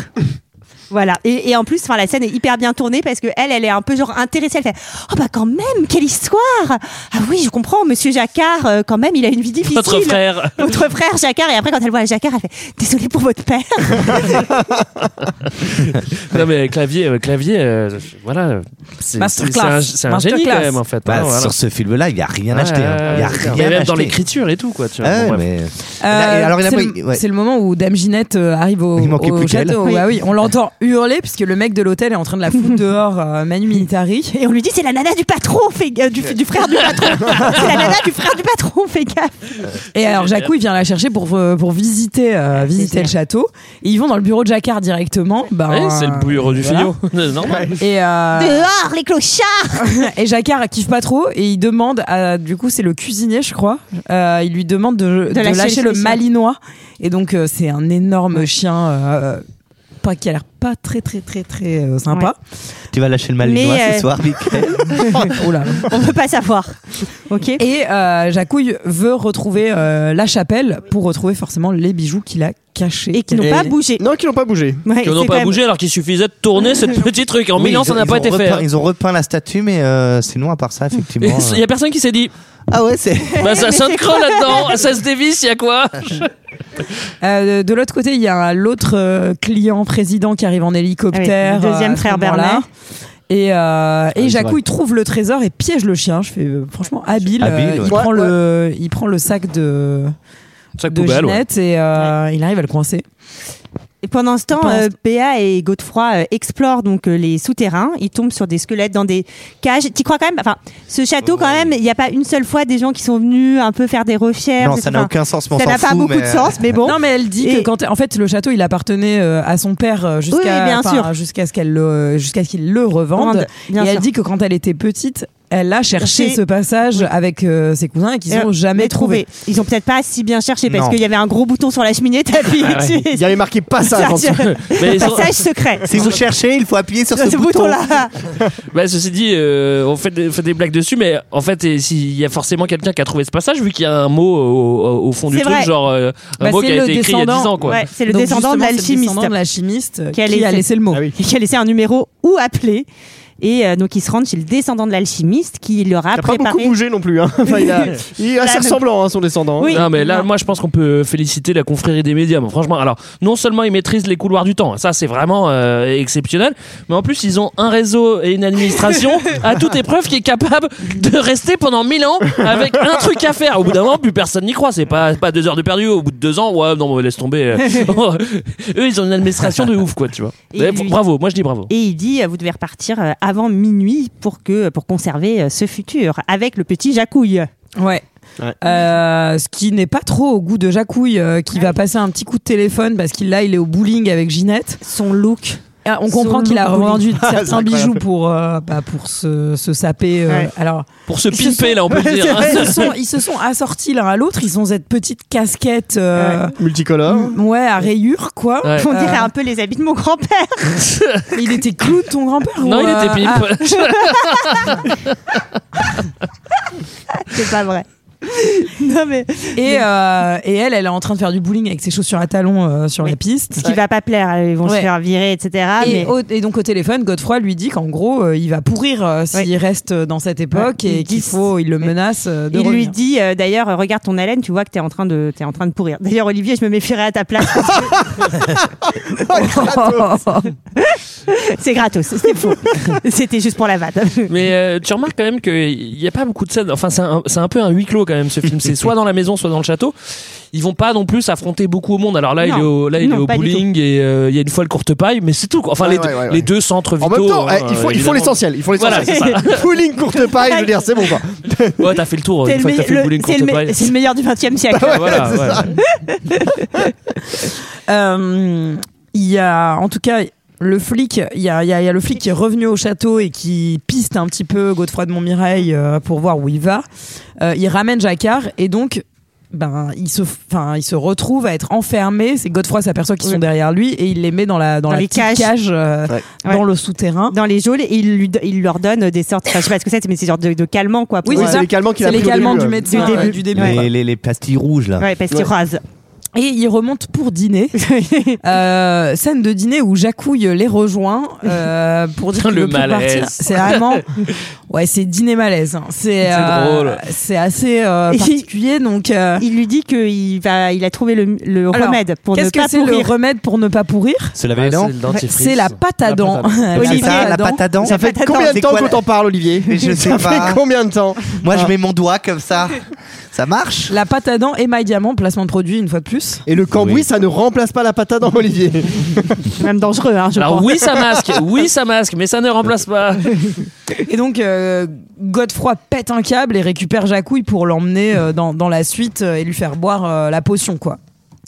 Voilà. Et, et en plus, enfin, la scène est hyper bien tournée parce que elle, elle est un peu genre intéressée. Elle fait, oh bah quand même, quelle histoire Ah oui, je comprends, Monsieur Jacquard, euh, quand même, il a une vie difficile. Votre frère. Votre frère Jacquard. Et après, quand elle voit Jacquard, elle fait, désolée pour votre père. Non mais clavier, euh, clavier, euh, voilà. C'est c'est- c'est un, Masterclass. c'est un génie quand Masterclass. même en fait. Bah, hein, voilà. Sur ce film-là, il n'y a rien acheté. hein. Il y a Ouais, rien mais même dans acheté. l'écriture et tout quoi. Tu vois. Ah ouais, Bon, bref. mais- Euh, Et alors, il a c'est pris- le, ouais. c'est le moment où Dame Ginette euh, arrive au, Il manquait au plus qu'elle. château. Oui. Bah oui, on l'entend hurler puisque le mec de l'hôtel est en train de la foutre dehors, euh, Manu Militari. Et on lui dit, c'est la nana du patron, fais- euh, du, du frère du patron. c'est la nana du frère du patron, fais gaffe. Et alors Jacou il vient la chercher pour, euh, pour visiter, euh, visiter le château. Et ils vont dans le bureau de Jacquard directement. Ben, Ouais, c'est le bureau du voilà. Fillon. Normal. Et euh, Ah. Dehors, les clochards et Jacquard kiffe pas trop et il demande à, du coup c'est le cuisinier je crois euh, il lui demande de, de lâcher lâcher le le chien. malinois et donc euh, c'est un énorme chien euh, pas qui a l'air pas très très très très euh, sympa Tu vas lâcher le malinois Mais, euh, ce soir, Michael. Oh là là. On veut pas savoir. Ok. Et euh, Jacouille veut retrouver euh, la chapelle pour retrouver forcément les bijoux qu'il a cachés. Et qui n'ont pas bougé. Non, qui n'ont pas bougé. Qui n'ont pas bougé alors qu'il suffisait de tourner ce petit truc. En Oui, mille ans, ils ça ont- n'a ils pas ont été fait. hein. repeint- Ils ont repeint la statue, mais euh, sinon, à part ça, Il effectivement. euh. y a personne qui s'est dit. Ah ouais, c'est. Bah ça Mais sonne c'est creux quoi là-dedans, ça se dévisse, il y a quoi Euh, de l'autre côté, il y a l'autre euh, client président qui arrive en hélicoptère. Ah oui, le deuxième euh, à ce frère moment-là. Bernard. Et, euh, et oui, c'est Jacouille vrai. trouve le trésor et piège le chien. Je fais euh, franchement habile. euh, Habile, Ah, ouais. il, Ouais, prend Le, il prend le sac de, sac de poubelle, ouais. Ginette et euh, il arrive à le coincer. Et pendant ce temps, Pendant ce- euh, Béa et Godefroy euh, explorent donc euh, les souterrains. Ils tombent sur des squelettes dans des cages. Tu crois quand même Enfin, ce château quand même, il n'y a pas une seule fois des gens qui sont venus un peu faire des recherches. Non, ça n'a Enfin, aucun sens, mais on Ça s'en n'a pas fout, beaucoup mais, de euh, sens, mais bon. Non, mais elle dit que Et- quand en fait le château il appartenait euh, à son père euh, jusqu'à Oui, oui, bien enfin, sûr. jusqu'à ce qu'elle le- euh, jusqu'à ce qu'il le revende. Revende, bien et elle sûr. dit que quand elle était petite, elle a cherché Cherché. ce passage avec euh, ses cousins et qu'ils Et n'ont on jamais les trouvé. trouvait. Ils ont peut-être pas si bien cherché parce Non. qu'il y avait un gros bouton sur la cheminée, t'as vu Ah ouais. Il y avait marqué passage en dessous. Mais ils ont- Passage secret. Si vous cherchez, il faut appuyer sur ce, bouton-là. Bah, ceci dit, euh, on fait des, fait des blagues dessus, mais en fait, et s'il y a forcément quelqu'un qui a trouvé ce passage, vu qu'il y a un mot au, au- au fond du C'est truc, vrai. genre euh, un Bah, mot c'est qui a le été écrit il y a 10 descendant- ans, quoi. Ouais, c'est le Donc, descendant de justement, c'est le l'alchimiste. descendant de l'alchimiste euh, Qui qui a a, laissé- laissé le Ah Ah mot. Et qui a laissé un numéro ou appelé. Et euh, donc ils se rendent chez le descendant de l'alchimiste qui leur a Il n'a pas préparé. beaucoup bougé non plus. hein. Enfin, il a, il est assez ressemblant, hein, son descendant. hein. Non, mais là, moi, je pense qu'on peut féliciter la confrérie des médiums. Franchement, alors, non seulement ils maîtrisent les couloirs du temps, ça, c'est vraiment euh, exceptionnel, mais en plus, ils ont un réseau et une administration à toute épreuve qui est capable de rester pendant 1000 ans avec un truc à faire. Au bout d'un moment, plus personne n'y croit. C'est pas, pas deux heures de perdu. Au bout de deux ans, ouais, non, mais laisse tomber. euh. Eux, ils ont une administration de ouf, quoi, tu vois. Et Ouais, lui- Bravo, moi, je dis bravo. Et il dit euh, vous devez repartir euh, avant minuit pour que pour conserver euh, ce futur avec le petit Jacouille. Ouais. Euh, ce qui n'est pas trop au goût de Jacouille euh, qui va passer un petit coup de téléphone parce qu'il là il est au bowling avec Ginette. Son look. Ah, on Son comprend qu'il a look bowling. revendu Ah, c'est certains incroyable. bijoux pour euh, bah, pour se, se saper. euh, Ouais. Alors Pour se Ils se pimper, sont- là, on peut le dire. Ils se sont, ils se sont assortis l'un à l'autre. Ils ont cette petite casquette, euh, hein. Multicolore. m- ouais, à rayures, quoi. Ouais. On dirait Euh, un peu les habits de mon grand-père. il était clown, ton grand-père Non, ou, il était euh, Ah. pimp. C'est pas vrai. non mais ah, et, euh, et elle, elle est en train de faire du bowling avec ses chaussures à talons euh, sur la piste. ce qui va pas plaire, euh, ils vont Ouais. se faire virer, etc. et, Ah, mais au- et donc au téléphone, Godefroy lui dit qu'en gros, euh, il va pourrir euh, s'il reste euh, dans cette époque Ouais, il et qu'il dit- faut, il le menace euh, de il lui revenir. dit euh, d'ailleurs euh, regarde ton haleine, tu vois que t'es en train de t'es en train de pourrir. D'ailleurs Olivier, je me méfierais à ta place. parce que- C'est gratos, c'était faux. c'était juste pour la vanne. Mais euh, tu remarques quand même qu'il n'y a pas beaucoup de scènes. Enfin, c'est un, c'est un peu un huis clos quand même ce film. C'est soit dans la maison, soit dans le château. Ils vont pas non plus s'affronter beaucoup au monde. Alors là, il Non. est au, là, il Non, est au pas du bowling et euh, il y a une fois le courte paille, mais c'est tout. quoi. Enfin, Ouais, les, ouais, deux- ouais, ouais. les deux centres En vitaux. même temps, hein, eh, il faut, euh, il faut évidemment. l'essentiel. Il faut Voilà, l'essentiel. c'est Bowling, courte paille, je veux dire, c'est bon quoi. eh, ça. Ouais, t'as fait le tour. C'est Une le fois que t'as me- fait le bowling le- c'est courte le me- paille. c'est le meilleur du 20 e siècle. Voilà, ouais. Euh, il y a, en tout cas, le flic, il y a, il y a- il y a le flic qui est revenu au château et qui piste un petit peu Godefroy de Montmirail euh, pour voir où il va. Euh, il ramène Jacquard et donc, ben, il se, enfin, il se retrouve à être enfermé. C'est Godefroy s'aperçoit qu'ils sont Oui. derrière lui et il les met dans la, dans, la les petite cages. cage euh, dans Ouais. le souterrain. Dans les geôles, et il, lui, do- il leur donne des sortes, enfin, je sais pas ce que c'est, mais c'est genre de, de calmants quoi. Oui, pour- euh, c'est ça. C'est les calmants qu'il a C'est les pris au calmants début, du euh, médecin, euh, du début. Les, Ouais. les- les pastilles rouges là. Ouais, parce qu'il Ouais. rase. Et il remonte pour dîner. Euh, scène de dîner où Jacouille les rejoint euh, pour dire Putain, qu'il le veut plus malaise. partir. C'est vraiment, ouais, c'est dîner malaise. hein. C'est C'est euh, drôle. C'est assez euh, Et il- particulier. Donc, euh, Il lui dit qu'il va, il a trouvé le, le alors, remède pour ne qu'est-ce pas que c'est le pourrir. remède pour ne pas pourrir Se laver les dents C'est la pâte à dents. Olivier, la pâte à dents. Ça fait combien de temps qu'on t'en parle, Olivier Je sais Ça pas. fait combien de temps Moi, je mets mon doigt comme ça. Ça marche La pâte à dents et My Diamant, placement de produit une fois de plus. Et le cambouis, ça ne remplace pas la patate dans Olivier. Même dangereux, hein, Alors oui, ça masque, oui, ça masque, mais ça ne remplace pas. Et donc, euh, Godefroy pète un câble et récupère Jacouille pour l'emmener euh, dans, dans la suite euh, et lui faire boire euh, la potion, quoi.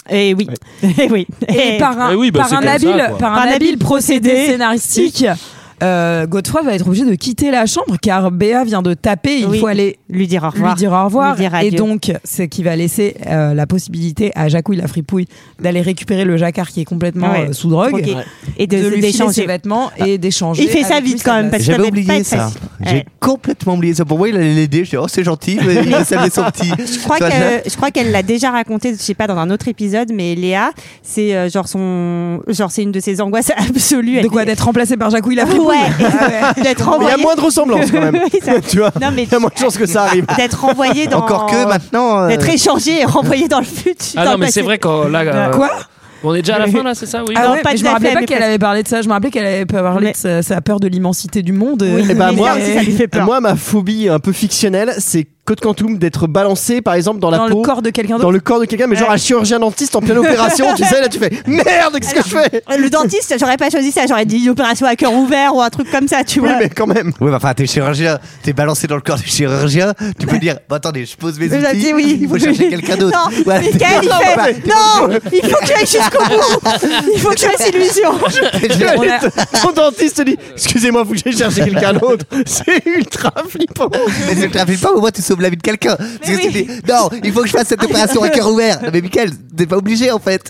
Et Eh oui. Et oui. Et par un, Eh oui, bah, par c'est un comme ça, habile, quoi. par un Par un habile habile procédé procédé. scénaristique, euh, Godefroy va être obligé de quitter la chambre car Béa vient de taper. Il Oui. faut aller lui dire au lui revoir. dire au revoir. Lui dire et adieu. donc, c'est qui va laisser euh, la possibilité à Jacouille la fripouille d'aller récupérer le jacquard qui est complètement Ouais. euh, sous drogue Ok. Ouais. Et de- lui filer d'échanger. ses vêtements et d'échanger. Il fait ça avec lui vite sa quand même, parce place. que ça J'avais doit pas oublié être ça. facile. J'ai Ouais. complètement oublié ça. Pour moi, il allait l'aider. Je dis, oh, c'est gentil, mais il va saluer son petit. Je crois, Tu vois, qu'elle- je crois qu'elle l'a déjà raconté, je sais pas, dans un autre épisode, mais Léa, c'est euh, genre son, genre c'est une de ses angoisses absolues. De quoi D'être Ah remplacé par Jacouille la fripouille Ouais, d'être Mais il y a envoyée. moins de ressemblance quand même. Oui, ça- tu vois Non, mais Il y a moins de chances que ça arrive. d'être renvoyé dans. Encore que maintenant. euh, D'être échangé et renvoyé dans le futur. Ah dans non, le mais passé. c'est vrai quand là. euh, Quoi On est déjà à la fin là, c'est ça Oui. Ah Non, ouais, pas mais tout je me à rappelais fait, pas mais qu'elle presque. avait parlé de ça. Je me rappelais qu'elle avait parlé de sa, sa peur de l'immensité du monde. euh, Eh ben, mais moi, ça aussi, ça lui fait peur. moi, ma phobie un peu fictionnelle, c'est Code Quantum d'être balancé, par exemple, dans la Dans le peau, corps de quelqu'un dans d'autre. le corps de quelqu'un, mais genre Ouais. un chirurgien dentiste en pleine opération, tu sais, là tu fais merde, qu'est-ce que je fais Euh, Le dentiste, j'aurais pas choisi ça, j'aurais dit une opération à cœur ouvert ou un truc comme ça, tu Oui, vois. mais quand même. Oui, mais enfin, t'es chirurgien, t'es balancé dans le corps du chirurgien, tu peux dire, bah, attendez, je pose mes Je vous ai outils, dit oui. il faut chercher quelqu'un d'autre. Non, Voilà. Michael, il fait Non, il faut que j'aille jusqu'au bout. Il faut que je fasse illusion. On a- Ton dentiste dit Excusez-moi, faut que j'aille chercher quelqu'un d'autre. C'est ultra flippant. Mais ne trafique pas, au moins tu sauves la vie de quelqu'un. Parce que oui. tu dis, non, il faut que je fasse cette opération à cœur ouvert. Non, mais Michael, t'es pas obligé en fait.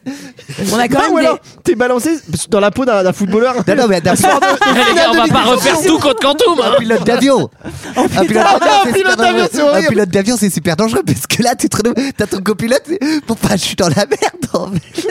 On a Non, quand même Bah ou des- alors, t'es balancé dans la peau d'un d'un footballeur. Ah, Non, non, mais d'un Ah Eh, les gars, on va pas refaire tout contre Quantum. hein. un pilote d'avion. Oh, Un pilote Ah, c'est un pilote super d'avion, dangereux. c'est horrible. Un pilote d'avion, c'est super dangereux parce que là, tu te retrouves- t'as ton copilote. Bon, pas, je suis dans la merde. en fait.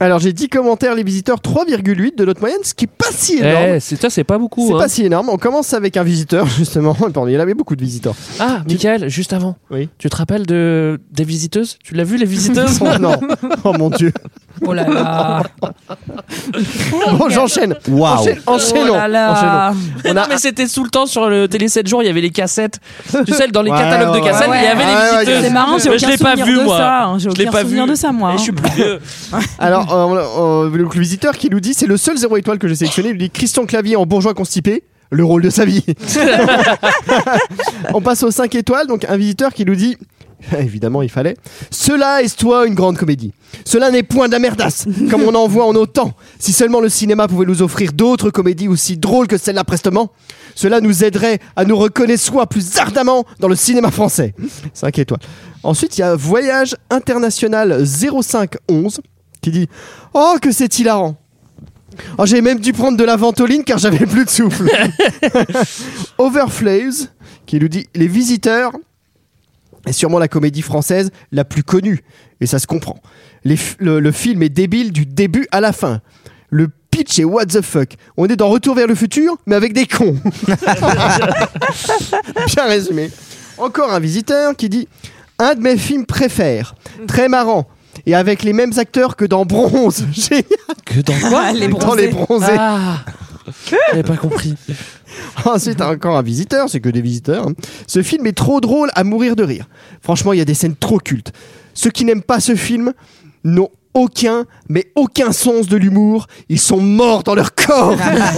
Alors, j'ai 10 commentaires, les visiteurs 3,8 de notre moyenne, ce qui est pas si énorme. Eh, c'est ça, c'est pas beaucoup. C'est hein. pas si énorme. On commence avec un visiteur, justement. Pardon, il avait beaucoup de visiteurs. Ah, Michael, juste avant. Oui. Tu te rappelles de des visiteuses Tu l'as vu les visiteuses Oh non. Oh mon dieu. Oh là là. Bon, j'enchaîne. Waouh. Enchaîne- Enchaînons. Oh là là. Enchaînons. Mais non, mais c'était tout le temps sur le télé 7 jours, il y avait les cassettes. Tu sais, dans les Ouais, catalogues ouais, de cassettes, ouais. il y Ouais, avait ouais, les ouais. visiteuses. C'est marrant, j'ai Mais je aucun l'ai pas souvenir vu, de moi. ça, hein. J'ai je l'ai aucun pas souvenir vu. de ça, moi, Et je suis hein. plus vieux. Alors, euh, euh, le le visiteur qui nous dit c'est le seul 0 étoile que j'ai sélectionné. Il dit Christian Clavier en bourgeois constipé. Le rôle de sa vie. On passe aux 5 étoiles. Donc, un visiteur qui nous dit évidemment, il fallait Cela est toi une grande comédie. Cela n'est point de la merdasse, comme on en voit en autant. Si seulement le cinéma pouvait nous offrir d'autres comédies aussi drôles que celle-là prestement, cela nous aiderait à nous reconnaître soi plus ardemment dans le cinéma français. 5 étoiles. Ensuite, il y a Voyage International 0511 qui dit Oh, que c'est hilarant Oh, j'ai même dû prendre de la ventoline car j'avais plus de souffle. Overflaves qui nous dit Les visiteurs est sûrement la comédie française la plus connue, et ça se comprend. Les f- le, le film est débile du début à la fin. Le pitch est what the fuck. On est dans Retour vers le futur, mais avec des cons. Bien résumé. Encore un visiteur qui dit Un de mes films préfères, très marrant, et avec les mêmes acteurs que dans Bronze. Génial. Que dans quoi Les Dans les Bronzés. bronzés. Ah. J'avais pas compris. Ensuite, encore un visiteur, c'est que des visiteurs. hein. Ce film est trop drôle à mourir de rire. Franchement, il y a des scènes trop cultes. Ceux qui n'aiment pas ce film n'ont aucun, mais aucun sens de l'humour. Ils sont morts dans leur corps. Ah,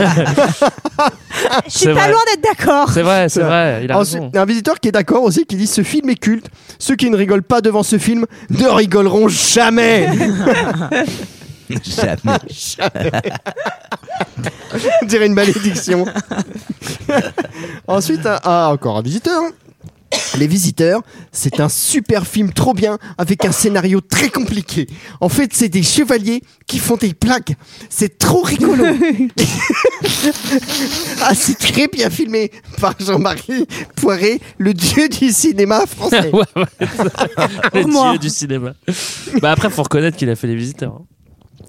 Je suis pas vrai. loin d'être d'accord. C'est vrai, c'est vrai. Il a Ensuite, raison. un visiteur qui est d'accord aussi, qui dit ce film est culte. Ceux qui ne rigolent pas devant ce film ne rigoleront jamais. Jamais. On dirait une malédiction. Ensuite, un- ah, encore un visiteur. Les visiteurs, c'est un super film trop bien avec un scénario très compliqué. En fait, c'est des chevaliers qui font des plaques. C'est trop rigolo. ah, c'est très bien filmé par Jean-Marie Poiré, le dieu du cinéma français. Ouais, ouais, ça. Les moi. dieux du cinéma. Bah après, faut reconnaître qu'il a fait les visiteurs. hein.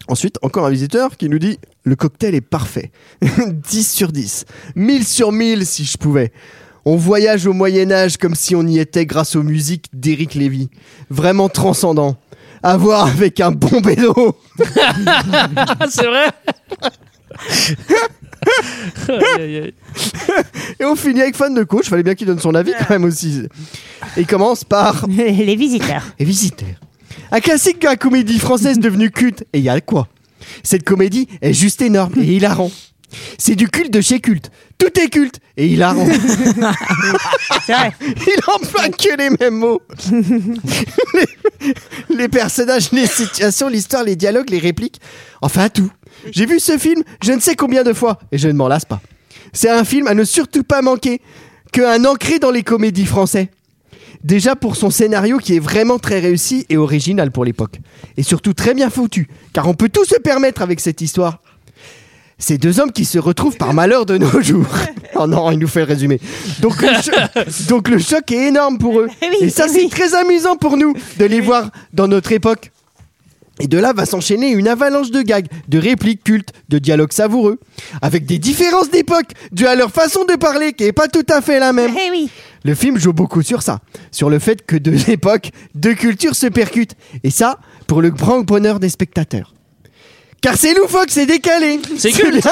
Ensuite, encore un visiteur qui nous dit Le cocktail est parfait. 10 sur 10. 1000 sur 1000 si je pouvais. On voyage au Moyen-Âge comme si on y était grâce aux musiques d'Éric Lévy. Vraiment transcendant. À voir avec un bon bédo. c'est vrai. Aïe, aïe, aïe. Et on finit avec fan de coach. Fallait bien qu'il donne son avis quand même aussi. Il commence par Les visiteurs. Les visiteurs. Un classique de la comédie française devenue culte. Et il y a quoi Cette comédie est juste énorme et hilarant. C'est du culte de chez culte. Tout est culte et hilarant. Il emploie que les mêmes mots. les, les personnages, les situations, l'histoire, les dialogues, les répliques. Enfin, tout. J'ai vu ce film je ne sais combien de fois et je ne m'en lasse pas. C'est un film à ne surtout pas manquer, qu'un ancré dans les comédies français. Déjà pour son scénario qui est vraiment très réussi et original pour l'époque. Et surtout très bien foutu, car on peut tout se permettre avec cette histoire. Ces deux hommes qui se retrouvent par malheur de nos jours. Oh non, il nous fait le résumé. Donc le, cho- donc le choc est énorme pour eux. et ça, c'est très amusant pour nous de les voir dans notre époque. Et de là va s'enchaîner une avalanche de gags, de répliques cultes, de dialogues savoureux, avec des différences d'époque dues à leur façon de parler qui est pas tout à fait la même. Eh Le film joue beaucoup sur ça, sur le fait que de l'époque, deux cultures se percutent, et ça pour le grand bonheur des spectateurs. Car c'est loufoque, c'est décalé. C'est culte.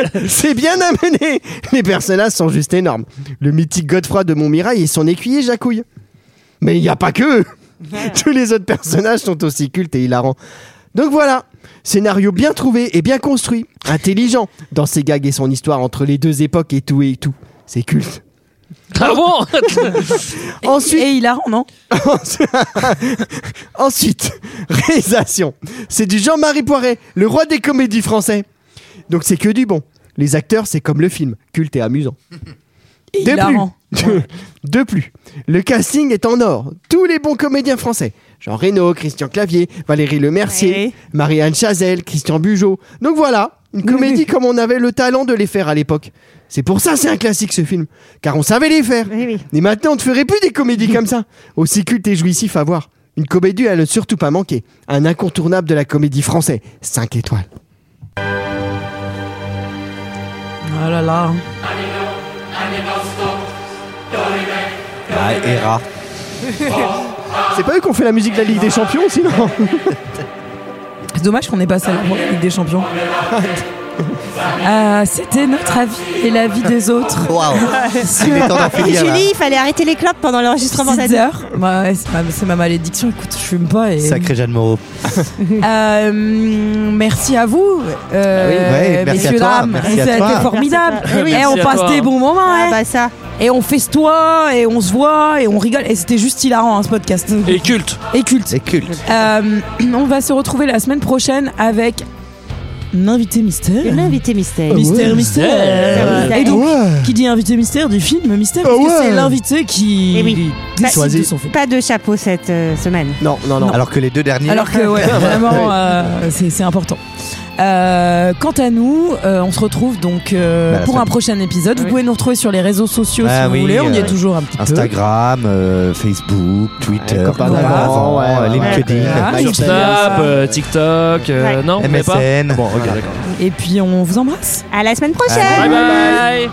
bien- C'est bien amené. Les personnages sont juste énormes. Le mythique Godefroy de Montmirail et son écuyer Jacouille. Mais il n'y a pas que eux. Tous les autres personnages sont aussi cultes et hilarants. Donc voilà, scénario bien trouvé et bien construit, intelligent dans ses gags et son histoire entre les deux époques et tout et tout. C'est culte. Ah bon Ensuite, et hilarant, non Ensuite, réalisation. C'est du Jean-Marie Poiret, le roi des comédies français. Donc c'est que du bon. Les acteurs, c'est comme le film, culte et amusant. Et De hilarant. plus, de plus, le casting est en or. Tous les bons comédiens français. Jean Reno, Christian Clavier, Valérie Lemercier, Marie-Anne Chazelle, Christian Bugeaud. Donc voilà, une comédie comme on avait le talent de les faire à l'époque. C'est pour ça c'est un classique ce film, car on savait les faire. Mais maintenant on ne ferait plus des comédies comme ça, aussi cultes et jouissifs à voir. Une comédie à ne surtout pas manquer. Un incontournable de la comédie française. 5 étoiles. Ah là là. Ah, Hera. C'est pas eux qu'on fait la musique de la Ligue des Champions, sinon C'est dommage qu'on n'ait pas ça pour la Ligue des Champions. Ah, c'était notre avis et l'avis des autres. Waouh. Sur- Julie, il fallait arrêter les clopes pendant l'enregistrement. Six heures. Bah ouais, c'est ma, c'est ma malédiction. Écoute, je fume pas. Et... Sacré Jeanne Moreau. Euh, merci à vous, euh, Ah Bah oui, ouais, merci messieurs, à toi, dames. merci à Ça a toi. été formidable. Merci à toi. Et on Merci à passe toi. des bons moments. Ah, hein. bah ça. Et on festoie, et on se voit, et on rigole. Et c'était juste hilarant hein, ce podcast. Et culte. Et culte. Et culte. Euh, on va se retrouver la semaine prochaine avec un invité mystère. Un invité mystère. Mystère, Ah Ouais. mystère. Mystère. Et donc, Ah qui dit invité mystère dit film mystère, Ah parce que ouais. c'est l'invité qui Eh oui. décide Pas- de son film. Pas de chapeau cette euh, semaine. Non, non, Alors que les deux derniers. Alors que, ouais, vraiment, Ouais. euh, c'est c'est important. Euh, quant à nous, euh, on se retrouve donc euh, Bah, la pour semaine- un prochain épisode. Vous pouvez nous retrouver sur les réseaux sociaux Ah si vous oui, voulez. On y euh, est toujours un petit peu. Instagram, euh, Facebook, Twitter, comme comme avant, avant, ouais, euh, ouais. LinkedIn. Voilà. Sur Snap, euh, TikTok, euh, Ouais. non, on met pas. MSN. Bon, ok, d'accord. Et puis on vous embrasse. À la semaine prochaine. Bye bye.